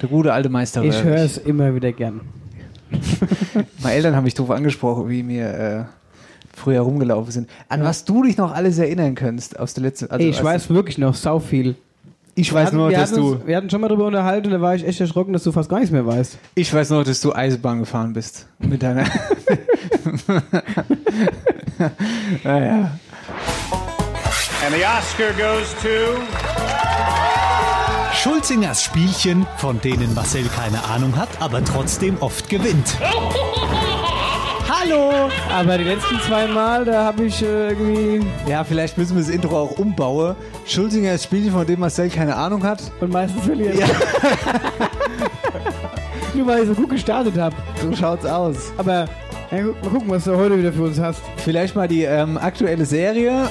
Speaker 3: Der gute alte Meister.
Speaker 4: Ich
Speaker 3: Röhrig.
Speaker 4: höre es immer wieder gern.
Speaker 3: Also Meine Eltern haben mich doof angesprochen, wie mir äh, früher rumgelaufen sind. An was du dich noch alles erinnern kannst aus der letzten. also
Speaker 4: Ey, ich weiß wirklich noch sau viel.
Speaker 3: Ich weiß nur, dass
Speaker 4: hatten
Speaker 3: du.
Speaker 4: Uns, wir hatten schon mal darüber unterhalten, da war ich echt erschrocken, dass du fast gar nichts mehr weißt.
Speaker 3: Ich weiß noch, dass du Eisenbahn gefahren bist. Mit deiner.
Speaker 4: [LAUGHS]
Speaker 3: naja.
Speaker 18: And the Oscar goes to.
Speaker 19: Schulzingers Spielchen, von denen Marcel keine Ahnung hat, aber trotzdem oft gewinnt.
Speaker 4: Hallo! Aber die letzten zwei Mal, da habe ich äh, irgendwie.
Speaker 3: Ja, vielleicht müssen wir das Intro auch umbauen. Schulzinger ist Spielchen, von dem Marcel keine Ahnung hat.
Speaker 4: Und meistens verliert. Ja. [LAUGHS] Nur weil ich so gut gestartet habe.
Speaker 3: So schaut's aus.
Speaker 4: Aber ja, gu- mal gucken, was du heute wieder für uns hast.
Speaker 3: Vielleicht mal die ähm, aktuelle Serie.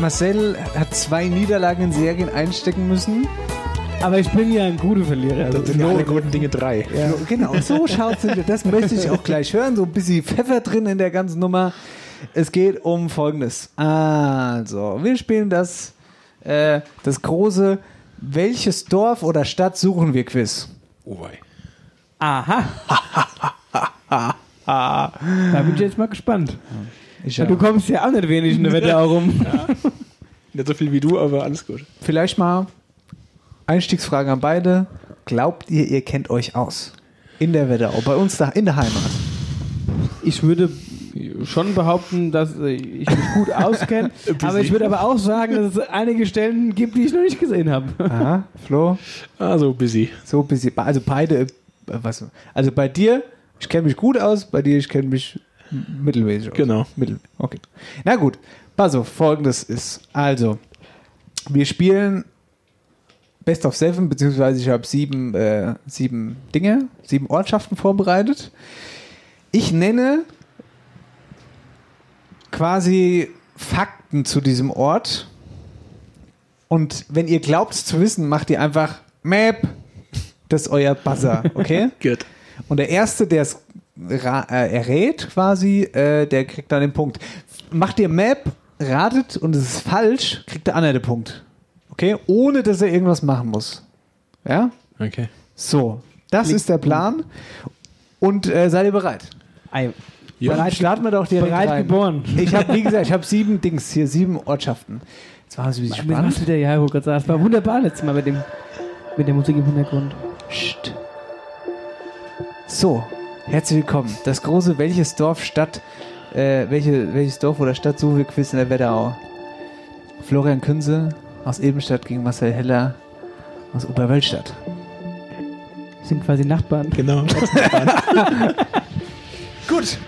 Speaker 3: Marcel hat zwei Niederlagen in Serien einstecken müssen.
Speaker 4: Aber ich bin ja ein guter Verlierer. Also
Speaker 15: sind ja alle guten Dinge drei.
Speaker 3: Ja. Genau,
Speaker 15: [LAUGHS]
Speaker 3: so schaut's hinter. Das möchte ich auch gleich hören. So ein bisschen Pfeffer drin in der ganzen Nummer. Es geht um Folgendes. Also, wir spielen das, äh, das große Welches Dorf oder Stadt suchen wir Quiz.
Speaker 15: Oh wei.
Speaker 4: Aha. da bin ich jetzt mal gespannt.
Speaker 3: Ich
Speaker 4: Ja, du kommst ja auch nicht wenig in der Wette auch rum.
Speaker 15: Nicht so viel wie du, aber alles gut.
Speaker 3: Vielleicht mal Einstiegsfragen an beide. Glaubt ihr, ihr kennt euch aus? In der Wetterau, bei uns da in der Heimat.
Speaker 4: [LAUGHS] Ich würde schon behaupten, dass äh, ich mich gut [LAUGHS] auskenne, aber ich würde aber auch sagen, dass es einige Stellen gibt, die ich noch nicht gesehen habe.
Speaker 3: Aha, Flo?
Speaker 15: Ah, so busy.
Speaker 3: So busy. Also beide, äh, was, also bei dir, ich kenne mich gut aus, bei dir, ich kenne mich m- mittelmäßig aus.
Speaker 15: Genau.
Speaker 3: Mittel, okay. Na gut, pass auf, folgendes ist, also, wir spielen Best of Seven, beziehungsweise ich habe sieben, äh, sieben Dinge, sieben Ortschaften vorbereitet. Ich nenne quasi Fakten zu diesem Ort. Und wenn ihr glaubt es zu wissen, macht ihr einfach Map. Das ist euer Buzzer, okay?
Speaker 15: Gut.
Speaker 3: Und der Erste, der es ra- äh, errät quasi, äh, der kriegt dann den Punkt. Macht ihr Map, ratet und es ist falsch, kriegt der andere den Punkt. Okay? Ohne, dass er irgendwas machen muss. Ja?
Speaker 15: Okay.
Speaker 3: So, das ist der Plan. Und äh, seid ihr bereit?
Speaker 4: Ei,
Speaker 3: Ja. Bereit, starten wir doch direkt
Speaker 4: Bereit
Speaker 3: rein.
Speaker 4: geboren.
Speaker 3: Ich habe, wie gesagt, ich habe sieben Dings hier, sieben Ortschaften. Jetzt machen Sie mich
Speaker 4: Was
Speaker 3: spannend.
Speaker 4: wieder, ja, Gott sei Dank. Es war wunderbar letztes Mal mit, dem, mit der Musik im Hintergrund.
Speaker 3: Psst. So, herzlich willkommen. Das große Welches Dorf, Stadt, äh, welche, welches Dorf oder Stadt suchen wir Quiz in der Wetterau? Florian Künze aus Ebenstadt gegen Marcel Heller aus Oberwölstadt.
Speaker 4: sind quasi Nachbarn.
Speaker 15: Genau.
Speaker 3: Gut.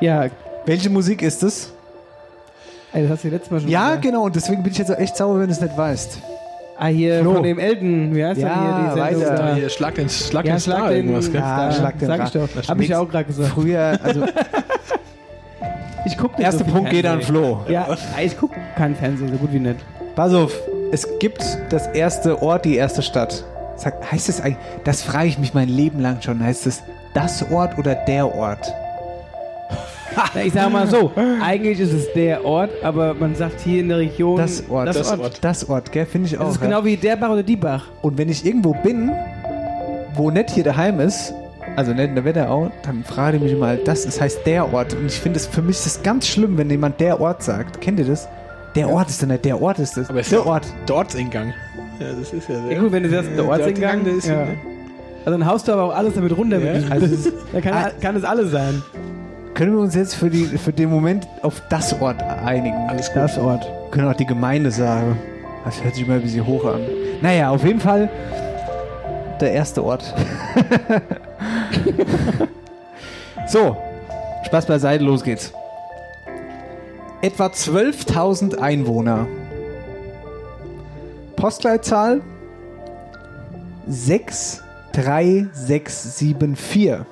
Speaker 4: Ja,
Speaker 3: Welche Musik ist es?
Speaker 4: ey, das hast du letztes Mal schon
Speaker 3: Ja,
Speaker 4: gesagt.
Speaker 3: genau, und deswegen bin ich jetzt auch echt sauer, wenn du es nicht weißt.
Speaker 4: Ah, hier
Speaker 3: Flo.
Speaker 4: von dem Elden. Wie heißt
Speaker 3: Ja,
Speaker 4: denn hier die Sendung?
Speaker 3: weiter.
Speaker 4: da?
Speaker 15: Ah, Hier, schlag den, schlag
Speaker 4: Ja,
Speaker 15: den
Speaker 4: schlag
Speaker 15: Star
Speaker 4: den-
Speaker 15: irgendwas, gell?
Speaker 4: Ja,
Speaker 3: Ah, schlag den
Speaker 4: sag
Speaker 3: Rad.
Speaker 4: ich doch.
Speaker 3: Das
Speaker 4: Hab ich
Speaker 3: nächste-
Speaker 4: ja auch gerade gesagt.
Speaker 3: Früher, [LAUGHS] also
Speaker 4: Ich guck nicht
Speaker 3: Erster
Speaker 4: so viel
Speaker 3: Punkt geht an
Speaker 4: Fernsehen.
Speaker 3: Flo.
Speaker 4: Ja, ich guck keinen Fernsehen, so gut wie nicht.
Speaker 3: Pass auf, es gibt das erste Ort, die erste Stadt. Sag, heißt es eigentlich, das frage ich mich mein Leben lang schon, heißt es das Ort oder der Ort?
Speaker 4: Na, Ich sag mal so, eigentlich ist es der Ort, aber man sagt hier in der Region
Speaker 3: Das Ort.
Speaker 4: Das, Ort.
Speaker 3: Das Ort, gell, finde ich auch.
Speaker 4: Das ist
Speaker 3: ja.
Speaker 4: genau wie der Bach oder die Bach.
Speaker 3: Und wenn ich irgendwo bin, wo nicht hier daheim ist, also nicht in der Wetterau, dann frage ich mich mal, das, das heißt der Ort. Und ich finde es, für mich ist das ganz schlimm, wenn jemand der Ort sagt. Kennt ihr das? Der Ort ist dann nicht der Ort ist das.
Speaker 15: Aber es ist
Speaker 3: der
Speaker 15: ja
Speaker 3: Ort.
Speaker 15: der Ortseingang. Ja, das ist ja
Speaker 4: Ja, gut, wenn du sagst, der Ortsingang,
Speaker 15: der ist
Speaker 4: ja.
Speaker 15: ja.
Speaker 4: Also dann haust du aber auch alles damit runter.
Speaker 15: Ja.
Speaker 4: Mit diesem-
Speaker 3: Also es ist,
Speaker 4: da kann, kann es alles sein.
Speaker 3: können wir uns jetzt für, die, für den Moment auf das Ort einigen?
Speaker 15: alles gut.
Speaker 4: Das Ort.
Speaker 3: können auch die Gemeinde sagen. Das hört sich immer ein bisschen hoch an. Naja, auf jeden Fall der erste Ort. [LAUGHS] so, Spaß beiseite, los geht's. Etwa 12.000 Einwohner. Postleitzahl 63674.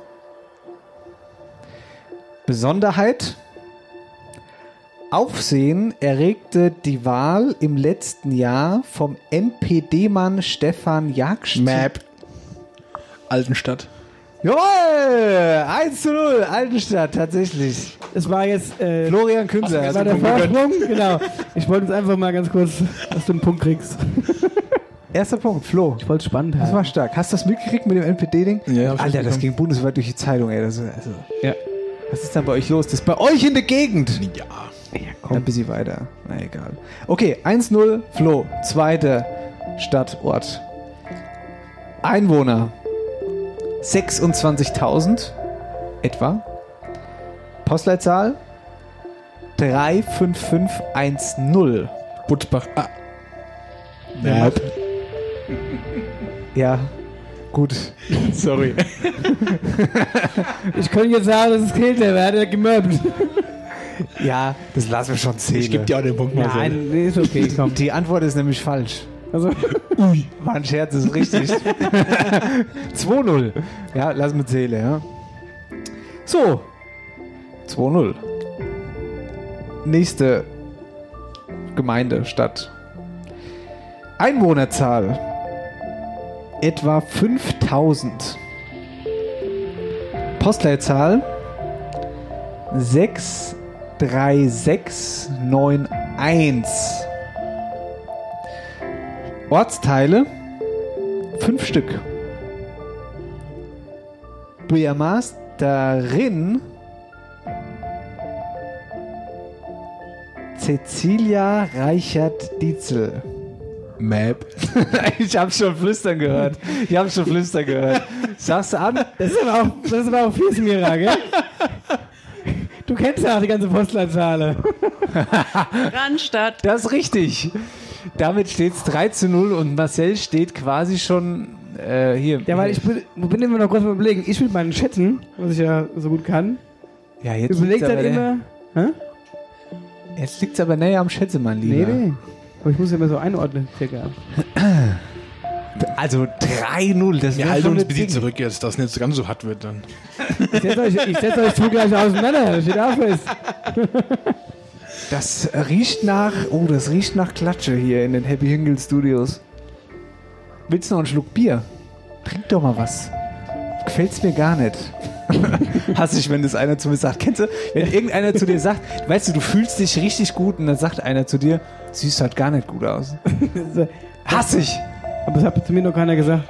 Speaker 3: Besonderheit Aufsehen erregte die Wahl im letzten Jahr vom NPD-Mann Stefan Jaksch.
Speaker 15: Map. Altenstadt.
Speaker 3: Jawohl! 1 zu 0, Altenstadt, tatsächlich.
Speaker 4: Es war jetzt äh,
Speaker 3: Florian Künzer.
Speaker 4: war der Vorsprung. genau. Ich wollte es einfach mal ganz kurz, dass du einen Punkt kriegst.
Speaker 3: Erster Punkt, Flo.
Speaker 4: Ich wollte es spannend
Speaker 3: Das
Speaker 4: haben.
Speaker 3: war stark. Hast du das mitgekriegt mit dem NPD-Ding?
Speaker 15: Ja, hab ich
Speaker 3: Alter, das
Speaker 15: mitbekommen.
Speaker 3: ging bundesweit durch die Zeitung, ey. Das, ist- also,
Speaker 4: Ja.
Speaker 3: was ist dann bei euch los? Das ist bei euch in der Gegend.
Speaker 15: Ja.
Speaker 3: Komm. Ein bisschen weiter. Na egal. Okay, 1-0, Flo. Zweite Stadt, Ort. Einwohner 26.000 etwa. Postleitzahl 35510.
Speaker 15: Butzbach. Ah.
Speaker 3: Ja, gut.
Speaker 15: Sorry.
Speaker 4: Ich könnte jetzt sagen, das ist Kilter, wer hat ja gemöbelt?
Speaker 3: Ja, das lassen wir schon zählen.
Speaker 15: Ich geb dir auch den Punkt mal
Speaker 4: Nein, nee, ist okay, komm.
Speaker 3: Die Antwort ist nämlich falsch.
Speaker 4: Also,
Speaker 3: War ein Scherz, ist [LAUGHS] richtig. 2-0. Ja, lass mit Seele, ja. So. 2-0. Nächste Gemeinde, Stadt. Einwohnerzahl. Etwa 5000. Postleitzahl 63691. Ortsteile. Fünf Stück. Bürgermeisterin darin Cecilia Reichert-Dietzel.
Speaker 15: Map.
Speaker 3: [LAUGHS] Ich habe schon flüstern gehört. Ich habe schon flüstern gehört. Sagst du an?
Speaker 4: das ist aber auch, das ist aber auch fies, Mira, gell? Du kennst ja auch die ganze Postleitzahl.
Speaker 20: Randstadt.
Speaker 3: Das ist richtig. Damit steht es 3 zu 0 und Marcel steht quasi schon äh, hier.
Speaker 4: Ja, weil ich bin, bin immer noch kurz mal überlegen. Ich will meinen Schätzen, was ich ja so gut kann.
Speaker 3: ja, jetzt
Speaker 4: Überlegt
Speaker 3: liegt's
Speaker 4: dann
Speaker 3: aber
Speaker 4: immer. Hä?
Speaker 3: nä- Jetzt liegt es aber näher am Schätze, mein Lieber.
Speaker 4: Aber ich muss ja immer so einordnen, circa.
Speaker 3: Also 3-0, das ist
Speaker 15: Wir
Speaker 3: ja
Speaker 15: halten
Speaker 3: schon
Speaker 15: uns ein
Speaker 3: das
Speaker 15: bisschen
Speaker 3: Ding.
Speaker 15: zurück jetzt, dass es nicht so ganz so hart wird dann.
Speaker 4: Ich setze euch, ich setz euch zu gleich auseinander, das steht auch fest.
Speaker 3: Das riecht nach, oh, das riecht nach Klatsche hier in den Happy Hingle Studios. Willst du noch einen Schluck Bier? Trink doch mal was. Gefällt's mir gar nicht. [LAUGHS] Hasse ich, wenn das einer zu mir sagt. Kennst du, wenn irgendeiner zu dir sagt, weißt du, du fühlst dich richtig gut und dann sagt einer zu dir, siehst halt gar nicht gut aus. Hasse ich.
Speaker 4: Also, Aber das hat zu mir noch keiner gesagt.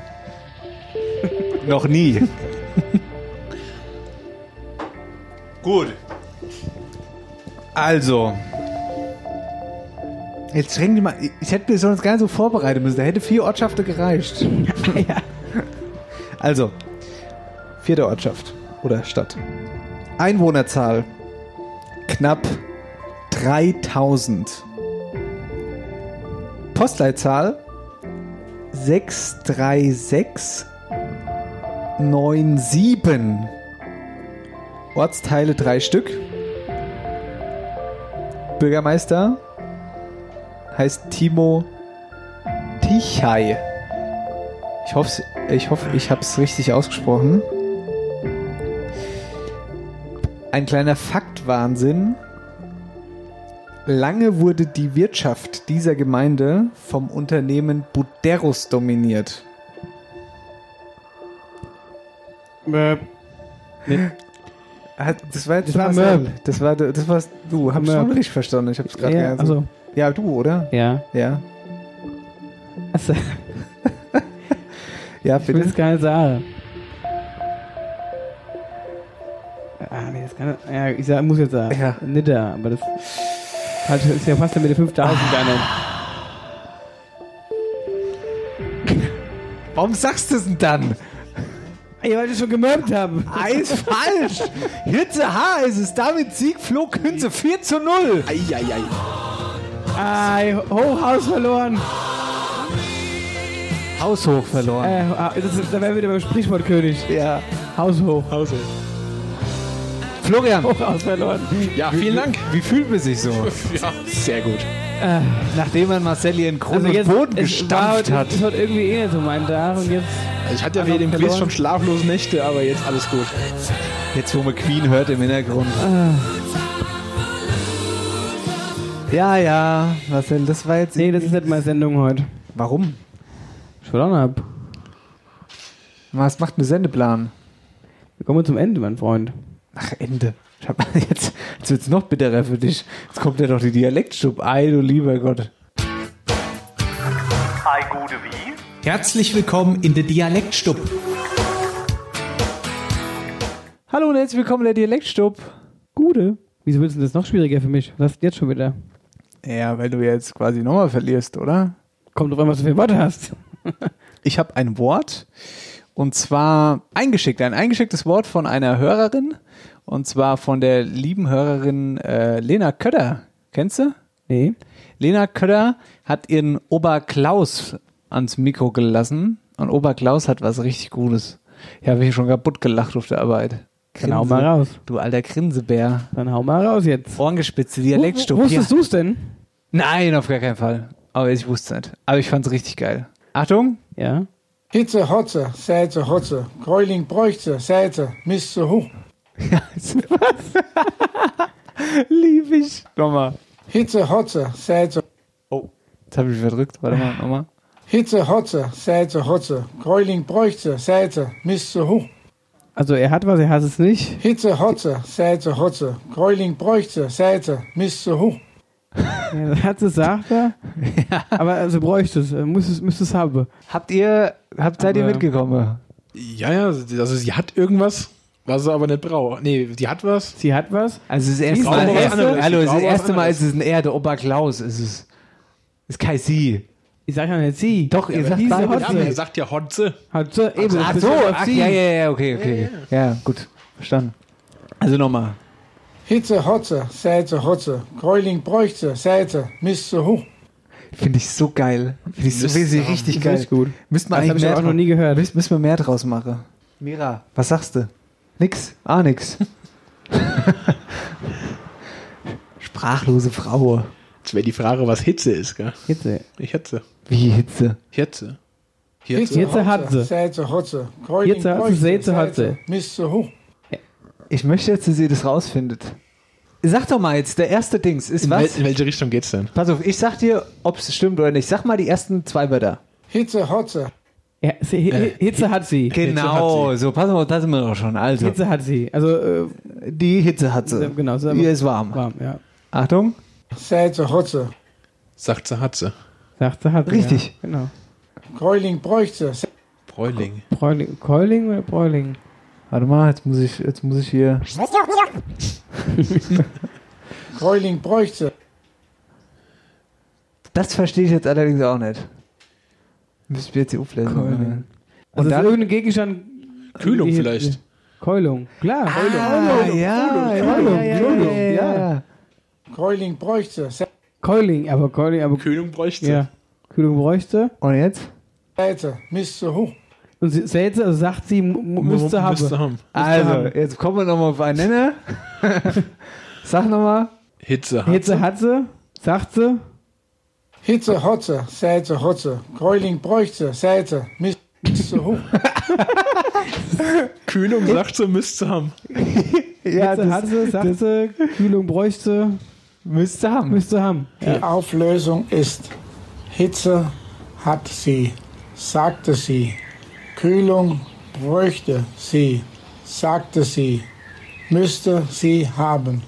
Speaker 3: [LAUGHS] noch nie.
Speaker 21: Gut.
Speaker 3: Also. Jetzt schränken die mal. Ich hätte mir sonst gar nicht so vorbereiten müssen. Da hätte vier Ortschaften gereicht. ja. Also. Vierte Ortschaft. Oder Stadt. Einwohnerzahl. Knapp 3000. Postleitzahl 63697. Ortsteile drei Stück. Bürgermeister heißt Timo Tichai. Ich hoffe, ich, hoffe, ich habe es richtig ausgesprochen. Ein kleiner Faktwahnsinn. Lange wurde die Wirtschaft dieser Gemeinde vom Unternehmen Buderus dominiert.
Speaker 4: Äh, nee.
Speaker 3: Ah, Das war jetzt
Speaker 4: Das war
Speaker 3: Marcel.
Speaker 4: Möb.
Speaker 3: Das war das warst du. Hab ich
Speaker 4: Möb.
Speaker 3: schon richtig verstanden. Ich hab's gerade
Speaker 4: Ja,
Speaker 3: gelesen.
Speaker 4: also.
Speaker 3: Ja, du, oder?
Speaker 4: Ja.
Speaker 3: Ja.
Speaker 4: Achso.
Speaker 3: Ja,
Speaker 4: Ich will
Speaker 3: bitte.
Speaker 4: das gar nicht sagen. Ah, nee, das kann Ja, ich sag, muss jetzt sagen. Ja. Nitter, aber das. Falsch, ist ja fast mit den 5000 gar
Speaker 3: Ah.
Speaker 4: nicht.
Speaker 3: Warum sagst du es denn dann?
Speaker 4: Ey, weil ich schon gemörbt habe.
Speaker 3: Eis [LAUGHS] falsch! Hitze H ist es. Damit Sieg Flo Künze 4 zu 0. Eieiei.
Speaker 4: Ei, Hochhaus verloren.
Speaker 3: Haushoch verloren.
Speaker 4: Äh, ah, das ist, da wären wir wieder beim Sprichwortkönig.
Speaker 3: Ja.
Speaker 4: Haushoch.
Speaker 15: Haushoch.
Speaker 3: Florian.
Speaker 4: Hochhaus verloren.
Speaker 15: Ja, vielen Dank.
Speaker 3: Oh, Wie fühlt man sich so?
Speaker 15: [LAUGHS] Ja, sehr gut.
Speaker 4: Äh,
Speaker 3: Nachdem man Marcel hier in Grund und Boden
Speaker 4: Also war
Speaker 3: gestampft
Speaker 4: heute,
Speaker 3: hat.
Speaker 4: Ist heute irgendwie eh nicht so mein Tag und jetzt.
Speaker 15: Ich hatte ja wegen dem Quiz schon schlaflose Nächte, aber jetzt alles gut. Ah.
Speaker 3: Jetzt, wo man Queen hört im Hintergrund. Ja, ja, Marcel, das war jetzt.
Speaker 4: Nee, das ist nicht meine Sendung heute.
Speaker 3: Warum?
Speaker 4: Ich verloren hab.
Speaker 3: Was macht ein Sendeplan?
Speaker 4: Wir kommen zum Ende, mein Freund.
Speaker 3: Ach, Ende. Ich hab, [LAUGHS] jetzt jetzt wird es noch bitterer für dich. Jetzt kommt ja noch die Dialektstub. Ei, du lieber Gott.
Speaker 19: Ei, gute wie?
Speaker 12: Herzlich willkommen in der Dialektstub.
Speaker 3: Hallo und herzlich willkommen in der Dialektstub. Gute.
Speaker 4: Wieso willst du das noch schwieriger für mich? Was ist jetzt schon wieder?
Speaker 3: Ja, weil du jetzt quasi nochmal verlierst, oder?
Speaker 4: Kommt drauf an, was du für Worte hast.
Speaker 3: ich habe ein Wort und zwar eingeschickt, ein eingeschicktes Wort von einer Hörerin und zwar von der lieben Hörerin äh, Lena Köder. Kennst du?
Speaker 4: Nee.
Speaker 3: Lena Köder hat ihren Oberklaus ans Mikro gelassen und Oberklaus hat was richtig Gutes. Ich habe mich schon kaputt gelacht auf der Arbeit.
Speaker 4: Dann hau Genau, mal raus.
Speaker 3: Du alter Grinsebär.
Speaker 4: Dann hau mal raus jetzt.
Speaker 3: Ohrengespitze,
Speaker 4: Wo-
Speaker 3: Dialektstub.
Speaker 4: wo-
Speaker 3: hier.
Speaker 4: Wusstest du es denn?
Speaker 3: Nein, auf gar keinen Fall. Aber ich wusste es nicht. Aber ich fand es richtig geil. Achtung. [LAUGHS]
Speaker 4: Ja.
Speaker 17: Hitze, Hotze, Seize, Hotze, Gräuling, Bräuchze, Seize, Mist so hoch.
Speaker 3: Lieb ich. Nochmal.
Speaker 17: Hitze, Hotze, Seize.
Speaker 3: Oh. Jetzt habe ich mich verdrückt. Warte mal, nochmal.
Speaker 17: Hitze, Hotze, Seize, Hotze, Gräuling, Bräuchze, Seize, Mist so hoch.
Speaker 4: Also er hat was, er hat es nicht.
Speaker 17: Hitze, Hotze, Seize, Hotze, Gräuling, Bräuchze, Seize, Mist so hoch.
Speaker 4: Er hat es, sagt er. Aber also bräuchte es, äh, muss es, müsste es haben.
Speaker 3: [LAUGHS] Habt ihr, habt
Speaker 15: seid ihr
Speaker 3: mitgekommen?
Speaker 15: Ja, ja, also sie hat irgendwas, was sie aber nicht braucht. Nee, sie hat was.
Speaker 4: Sie hat was?
Speaker 3: Also das
Speaker 15: Sie
Speaker 3: erste
Speaker 15: braucht
Speaker 3: Mal,
Speaker 15: was anderes.
Speaker 3: erste,
Speaker 15: Sie
Speaker 3: hallo, das
Speaker 15: braucht was
Speaker 3: erste Mal
Speaker 15: anderes.
Speaker 3: ist es ein Er, der Oberklaus. Es ist, ist kein Sie.
Speaker 4: Ich sag ja nicht sie.
Speaker 3: Doch, ihr sagt
Speaker 15: Ja,
Speaker 3: beide
Speaker 15: aber er
Speaker 3: Sie.
Speaker 15: sagt ja Hotze.
Speaker 4: Hotze, eben.
Speaker 3: Ach
Speaker 4: das
Speaker 3: so,
Speaker 4: ist
Speaker 3: ach,
Speaker 4: sie.
Speaker 3: ja, ja, ja, okay, okay. Ja, gut. Verstanden. Also nochmal.
Speaker 17: Hitze, Hotze, Seize, Hotze, Gräuling, Bräuchze, Seize, Mist so hoch.
Speaker 3: Finde ich so geil. Finde ich so
Speaker 15: Müsste
Speaker 3: finde ich Also
Speaker 15: auch-
Speaker 3: richtig
Speaker 15: ist
Speaker 3: geil.
Speaker 15: echt gut.
Speaker 3: Müssten wir
Speaker 15: Das hab
Speaker 3: eigentlich
Speaker 15: ich
Speaker 3: mehr
Speaker 15: auch noch
Speaker 3: dra-
Speaker 15: nie
Speaker 4: gehört.
Speaker 3: Müssten müssen wir mehr draus machen. Mira, was sagst du? Nix? Ah, [LAUGHS] nix. Sprachlose Frau.
Speaker 15: Jetzt wäre die Frage, was Hitze ist, gell?
Speaker 4: Hitze.
Speaker 15: Ich Hitze.
Speaker 3: Wie Hitze?
Speaker 15: Hitze.
Speaker 4: Hitze hat sie.
Speaker 17: Seize, Hotze, Gräuling,
Speaker 4: Hitze hat sie,
Speaker 17: Bräuchze,
Speaker 4: Seize hat sie.
Speaker 17: Mist so hoch.
Speaker 3: Ich möchte jetzt, dass ihr das rausfindet. Sag doch mal jetzt, der erste Dings ist
Speaker 15: In,
Speaker 3: was?
Speaker 15: wel in welche Richtung geht's denn?
Speaker 3: Pass auf, ich sag dir, ob es stimmt oder nicht. Sag mal die ersten zwei Wörter.
Speaker 17: Hitze, Hotze,
Speaker 4: Ja, sie Hi- Hitze hat sie.
Speaker 3: Genau, so, pass auf, da sind wir doch schon. Also,
Speaker 4: Hitze hat sie. Also, äh,
Speaker 3: die Hitze hat sie.
Speaker 4: genau. so-
Speaker 3: Hier ist warm.
Speaker 4: Warm, ja.
Speaker 3: Achtung.
Speaker 17: Seize, Hotze,
Speaker 15: Sagt sie, hat sie.
Speaker 4: Sagt sie, hat sie.
Speaker 3: Richtig.
Speaker 4: Ja. Genau.
Speaker 17: Gräuling, Bräuchze, Se-
Speaker 15: Bräuling.
Speaker 4: Bräuling, Keuling oder Bräuling?
Speaker 3: Warte mal, jetzt muss ich, jetzt muss ich hier.
Speaker 17: Greuling bräuchte.
Speaker 3: Das verstehe ich jetzt allerdings auch nicht. Müssen wir jetzt die auflesen.
Speaker 4: Greuling. Also ist irgendein Gegenstand. äh,
Speaker 15: Kühlung
Speaker 4: die-
Speaker 15: vielleicht.
Speaker 4: Keulung, klar.
Speaker 3: Ah, ja,
Speaker 4: Keulung, Keulung, ja.
Speaker 17: Greuling bräuchte. Se-
Speaker 4: Keuling, aber Keuling, aber.
Speaker 15: Kühlung bräuchte.
Speaker 4: Ja. Kühlung bräuchte.
Speaker 3: Und jetzt?
Speaker 17: Seite. Mr. Hoch.
Speaker 4: Und sie- Selze also sagt sie, mu- mu- müsste haben.
Speaker 15: Müsste haben.
Speaker 3: Also, jetzt kommen wir nochmal auf ne? einen Nenner. Sag nochmal.
Speaker 15: Hitze.
Speaker 4: Hitze hat sie, sagt sie.
Speaker 17: Hitze, Hotze, Seite, Hotze. Greuling bräuchte. Seite. Mr. Hoch.
Speaker 15: Kühlung sagt sie, müsste haben.
Speaker 3: Ja,
Speaker 4: Hitze hat sie, sagt sie, Kühlung bräuchte,
Speaker 3: müsste haben.
Speaker 4: müsste haben.
Speaker 17: Die Auflösung ist: Hitze hat sie, sagte sie. Kühlung bräuchte sie, sagte sie. Müsste sie haben.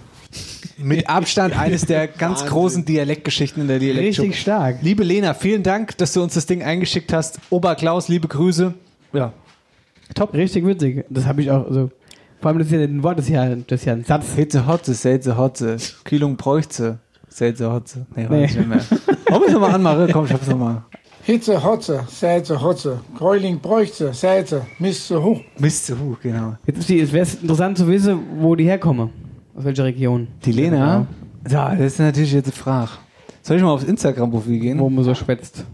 Speaker 3: Mit Abstand eines [LAUGHS] der ganz großen Dialektgeschichten in der Dialektschule.
Speaker 4: Richtig stark.
Speaker 3: Liebe Lena, vielen Dank, dass du uns das Ding eingeschickt hast. Oberklaus, liebe Grüße. Ja.
Speaker 4: Top. Richtig witzig. Das habe ich auch so. Vor allem, das ist ja ein Wort, das ist ja, das ist ja ein Satz.
Speaker 3: Hitze Hotze, Selze Hotze, Kühlung bräuchte, Selze Hotze. Nee, nee.
Speaker 4: Nee.
Speaker 3: nicht mehr. Komm ich nochmal an, Marie. Komm, ich hab's nochmal.
Speaker 17: Hitze, Hotze, Seite, Hotze. Greuling bräuchte, Seite, Mr. Hoch.
Speaker 3: Mist, huh, genau.
Speaker 4: Jetzt ist die, es wäre interessant zu wissen, wo die herkommen. Aus welcher Region.
Speaker 3: Die Lena. Ja, das ist natürlich jetzt eine Frage. Soll ich mal aufs Instagram-Profil gehen?
Speaker 4: Wo man so schwätzt.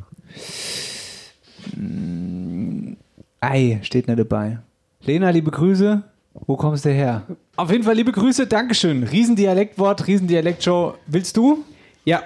Speaker 3: Ei, steht nicht dabei. Lena, liebe Grüße. Wo kommst du her? Auf jeden Fall liebe Grüße, Dankeschön. Riesendialektwort, Riesendialektshow. Willst du?
Speaker 4: Ja,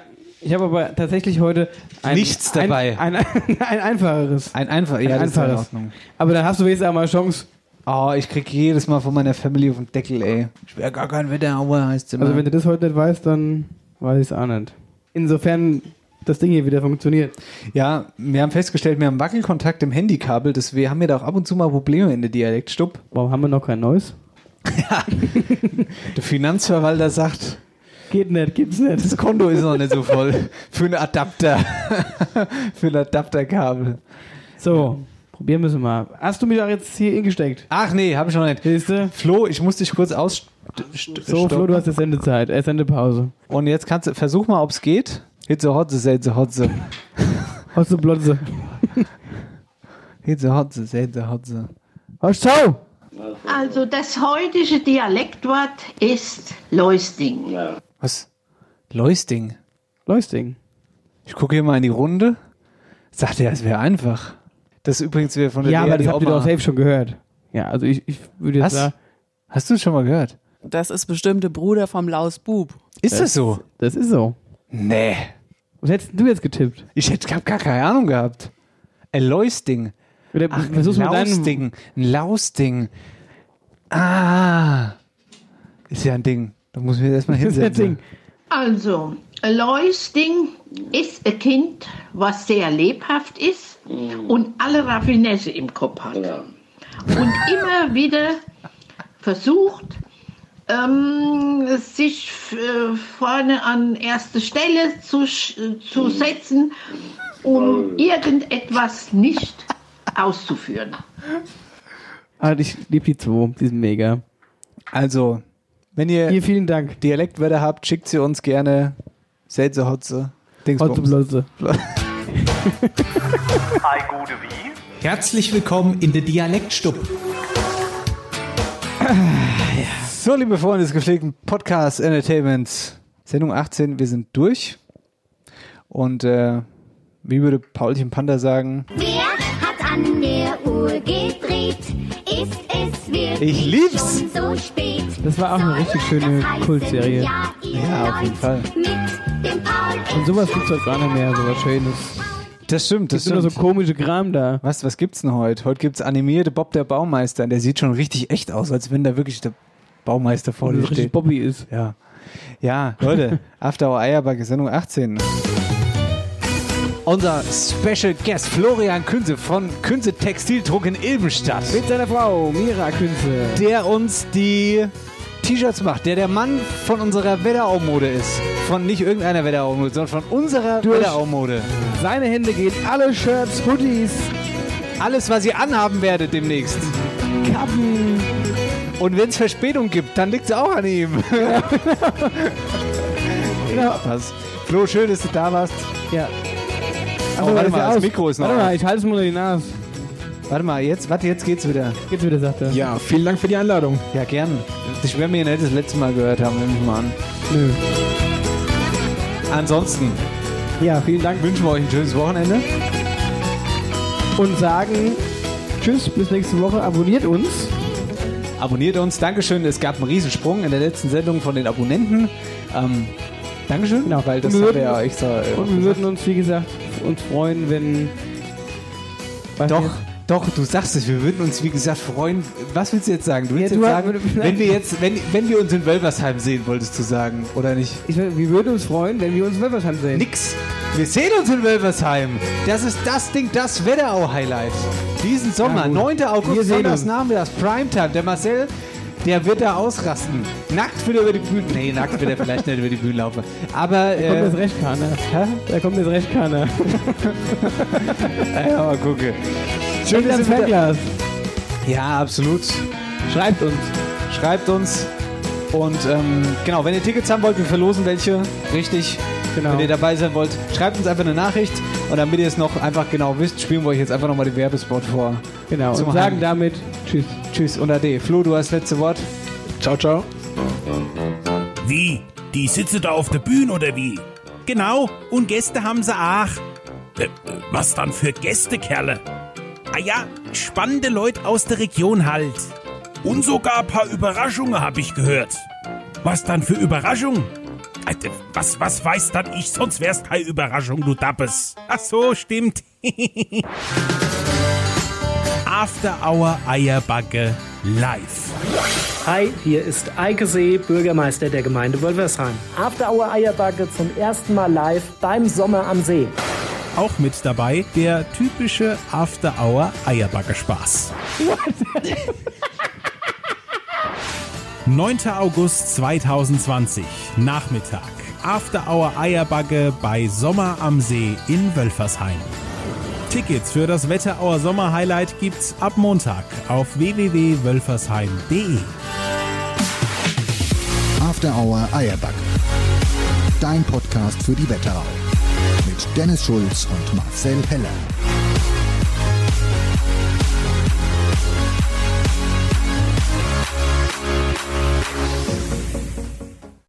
Speaker 4: ich habe aber tatsächlich heute ein,
Speaker 3: Nichts dabei.
Speaker 4: Ein, [LAUGHS] ein, ein einfacheres.
Speaker 3: Ein einfach, ja,
Speaker 4: Ein
Speaker 3: das ist ja in
Speaker 4: einfaches.
Speaker 3: Ordnung.
Speaker 4: Aber dann hast du wenigstens einmal eine Chance.
Speaker 3: Oh, ich krieg jedes Mal von meiner Family auf den Deckel, ey. Ich wär gar kein Wetterauer, heißt immer.
Speaker 4: Also wenn du das heute nicht weißt, dann weiß ich es auch nicht. Insofern das Ding hier wieder funktioniert.
Speaker 3: ja, wir haben festgestellt, wir haben Wackelkontakt im Handykabel, deswegen haben wir da auch ab und zu mal Probleme in der Dialektstub.
Speaker 4: Warum haben wir noch kein neues?
Speaker 3: Der Finanzverwalter sagt,
Speaker 4: Geht nicht, gibt's nicht.
Speaker 3: das Konto ist noch nicht so voll. [LAUGHS] Für einen Adapter. [LAUGHS] Für ein Adapterkabel.
Speaker 4: So, probieren müssen wir mal. Hast du mich auch jetzt hier hingesteckt?
Speaker 3: Ach nee, hab ich noch nicht.
Speaker 4: Siehst du?
Speaker 3: Flo, ich muss dich kurz aus.
Speaker 4: So, Flo, du hast jetzt Sendezeit, äh, Sendepause.
Speaker 3: Und jetzt kannst du, versuch mal, ob's geht. Hitze, hotze, selze, hotze.
Speaker 4: Hast du Blotze?
Speaker 3: Hitze, hotze, selze, hotze.
Speaker 4: Hast du Schau?
Speaker 1: Also das heutige Dialektwort ist Leusting.
Speaker 3: Was? Leusting.
Speaker 4: Leusting.
Speaker 3: Ich gucke hier mal in die Runde. Sagt er, es wäre einfach. Das ist übrigens wieder von der
Speaker 4: Ja,
Speaker 3: Lea,
Speaker 4: aber das
Speaker 3: die
Speaker 4: habt ihr
Speaker 3: Oma.
Speaker 4: doch safe schon gehört. Ja, also ich, ich würde jetzt
Speaker 3: Was?
Speaker 4: sagen,
Speaker 3: Hast du es schon mal gehört?
Speaker 20: Das ist bestimmt der Bruder vom Laus Bub.
Speaker 3: Ist das, so?
Speaker 4: das ist so.
Speaker 3: Nee.
Speaker 4: Was hättest du jetzt getippt?
Speaker 3: Ich hätte hab gar keine Ahnung gehabt. Ein Leusting.
Speaker 4: Oder
Speaker 3: Ach, ein
Speaker 4: versuch's mit deinem-
Speaker 3: Lausding. Ein Lausding. Ah. Ist ja ein Ding. Da muss ich mir erstmal
Speaker 4: Das [LAUGHS] ist ein
Speaker 3: hinsetzen.
Speaker 4: Ding.
Speaker 1: Also, Leusting ist ein Kind, was sehr lebhaft ist und alle Raffinesse im Kopf hat. Und immer wieder versucht, ähm, sich äh, vorne an erste Stelle zu, sch- zu setzen, um irgendetwas nicht auszuführen.
Speaker 4: Ah, ich liebe die zwei, die sind mega.
Speaker 3: Also, wenn ihr
Speaker 4: Hier, vielen Dank.
Speaker 3: Dialektwörter habt, schickt sie uns gerne. Selze Hotze.
Speaker 4: Hotze
Speaker 3: Dingsbums.
Speaker 4: Blotze.
Speaker 12: Herzlich willkommen in der Dialektstub.
Speaker 3: So, liebe Freunde des gepflegten Podcast Entertainments, Sendung 18, wir sind durch. Und äh, wie würde Paulchen Panda sagen?
Speaker 7: Wer hat an der Uhr gedreht? Ist es wirklich
Speaker 3: Ich lieb's.
Speaker 7: schon so spät?
Speaker 4: Das war auch eine richtig schöne Kultserie.
Speaker 7: Ja, ihr
Speaker 3: Ja, auf jeden Fall.
Speaker 7: mit dem Paul
Speaker 4: Und sowas gibt's heute gar nicht mehr, sowas Schönes.
Speaker 3: Das stimmt, das
Speaker 4: Das ist immer
Speaker 3: stimmt.
Speaker 4: so komische Kram da.
Speaker 3: was, was gibt's denn heute? Heute gibt's animierte Bob der Baumeister. Und Der sieht schon richtig echt aus, als wenn da wirklich der Baumeister vor
Speaker 4: Und
Speaker 3: dir
Speaker 4: das richtig
Speaker 3: steht.
Speaker 4: Bobby ist.
Speaker 3: Ja. Ja, Leute, After Our Eierbacke, Sendung 18. Unser Special Guest Florian Künze von Künze Textildruck in Ilbenstadt,
Speaker 4: Mit seiner Frau, Mira Künze.
Speaker 3: der uns die T-Shirts macht, der der Mann von unserer Wetteraumode ist. Von nicht irgendeiner Wetteraumode, sondern von unserer
Speaker 4: Durch-
Speaker 3: Wetteraumode.
Speaker 4: Seine Hände gehen alle Shirts, Hoodies,
Speaker 3: Alles, was ihr anhaben werdet demnächst.
Speaker 4: Kappen,
Speaker 3: Und wenn es Verspätung gibt, dann liegt es auch
Speaker 4: [LAUGHS]
Speaker 3: an ihm. genau. Was? Flo, schön, dass du da warst.
Speaker 4: Ja.
Speaker 3: Oh,
Speaker 4: Also,
Speaker 3: warte mal, das Mikro ist noch
Speaker 4: Warte
Speaker 3: an.
Speaker 4: mal, ich halte es mal in die Nase.
Speaker 3: Warte mal, jetzt, warte, jetzt geht's wieder.
Speaker 4: Geht's wieder, sagt er.
Speaker 15: Ja, vielen Dank für die Einladung.
Speaker 3: Ja, gern. Ich werde mir nicht das letzte Mal gehört haben, nehme ich mal an.
Speaker 4: Nö.
Speaker 3: Ansonsten.
Speaker 4: Ja, vielen Dank.
Speaker 3: Wünschen wir euch ein schönes Wochenende.
Speaker 4: Und sagen Tschüss, bis nächste Woche. Abonniert uns.
Speaker 3: Abonniert uns. Dankeschön. Es gab einen Riesensprung in der letzten Sendung von den Abonnenten. Ähm, Dankeschön. Genau, weil das
Speaker 4: Und wir
Speaker 3: hat er
Speaker 4: würden-
Speaker 3: ja extra. äh,
Speaker 4: Und wir würden uns, wie gesagt, uns freuen, wenn. was
Speaker 3: Doch,
Speaker 4: jetzt-
Speaker 3: doch, du sagst es, wir würden uns wie gesagt freuen. Was willst du jetzt sagen? Du willst
Speaker 4: Ja, du
Speaker 3: jetzt
Speaker 4: hast-
Speaker 3: sagen, [LAUGHS] wenn wir jetzt, wenn, wenn wir uns in Wölversheim sehen, wolltest du sagen, oder nicht?
Speaker 4: Ich, wir würden uns freuen, wenn wir uns in Wölversheim sehen.
Speaker 3: Nix. Wir sehen uns in Wölversheim. Das ist das Ding, das Wetterau-Highlight. Diesen Sommer,
Speaker 4: gut.
Speaker 3: 9.
Speaker 4: Wir
Speaker 3: August,
Speaker 4: sehen
Speaker 3: sonntags
Speaker 4: uns.
Speaker 3: nachmittags, Primetime. Der Marcel, der wird da ausrasten. Nackt wird er über die Bühne. Nee, nackt wird er vielleicht nicht über die Bühne laufen. [LAUGHS]
Speaker 4: Da
Speaker 3: Aber.
Speaker 4: kommt
Speaker 3: Äh,
Speaker 4: jetzt recht keiner. Da kommt jetzt recht keiner.
Speaker 3: ja, mal gucke. Schön,
Speaker 4: Englands
Speaker 3: dass ihr wieder-
Speaker 4: Fernglas.
Speaker 3: Ja, absolut.
Speaker 4: Schreibt uns.
Speaker 3: Schreibt uns. Und ähm, genau, wenn ihr Tickets haben wollt, wir verlosen welche. Richtig.
Speaker 4: Genau.
Speaker 3: Wenn ihr dabei sein wollt, schreibt uns einfach eine Nachricht. Und damit ihr es noch einfach genau wisst, spielen wir euch jetzt einfach nochmal den Werbespot vor.
Speaker 4: Genau.
Speaker 3: Zum
Speaker 4: und sagen
Speaker 3: Heim.
Speaker 4: damit Tschüss.
Speaker 3: Tschüss und Ade. Flo, du hast das letzte Wort.
Speaker 15: Ciao, ciao.
Speaker 12: Wie? Die sitzen da auf der Bühne oder wie? Genau, und Gäste haben sie auch. Äh, Was dann für Gäste, Kerle? Ah ja, spannende Leute aus der Region halt. Und sogar ein paar Überraschungen habe ich gehört. Was dann für Überraschung? Alter, Was, was weiß dann ich, sonst wär's keine Überraschung, du Dappes. Ach so, stimmt. [LAUGHS] After Hour Eierbacke live.
Speaker 13: Hi, hier ist Eike See, Bürgermeister der Gemeinde Wolversheim. After Hour Eierbacke zum ersten Mal live beim Sommer am See.
Speaker 12: Auch mit dabei der typische After-Hour-Eierbacke-Spaß. 9. August 2020, Nachmittag. After-Hour-Eierbacke bei Sommer am See in Wölfersheim. Tickets für das Wetterauer Sommer-Highlight gibt's ab Montag auf www.wölfersheim.de.
Speaker 2: After Hour Eierback. Dein Podcast für die Wetterau. Mit Dennis Schulz und Marcel Heller.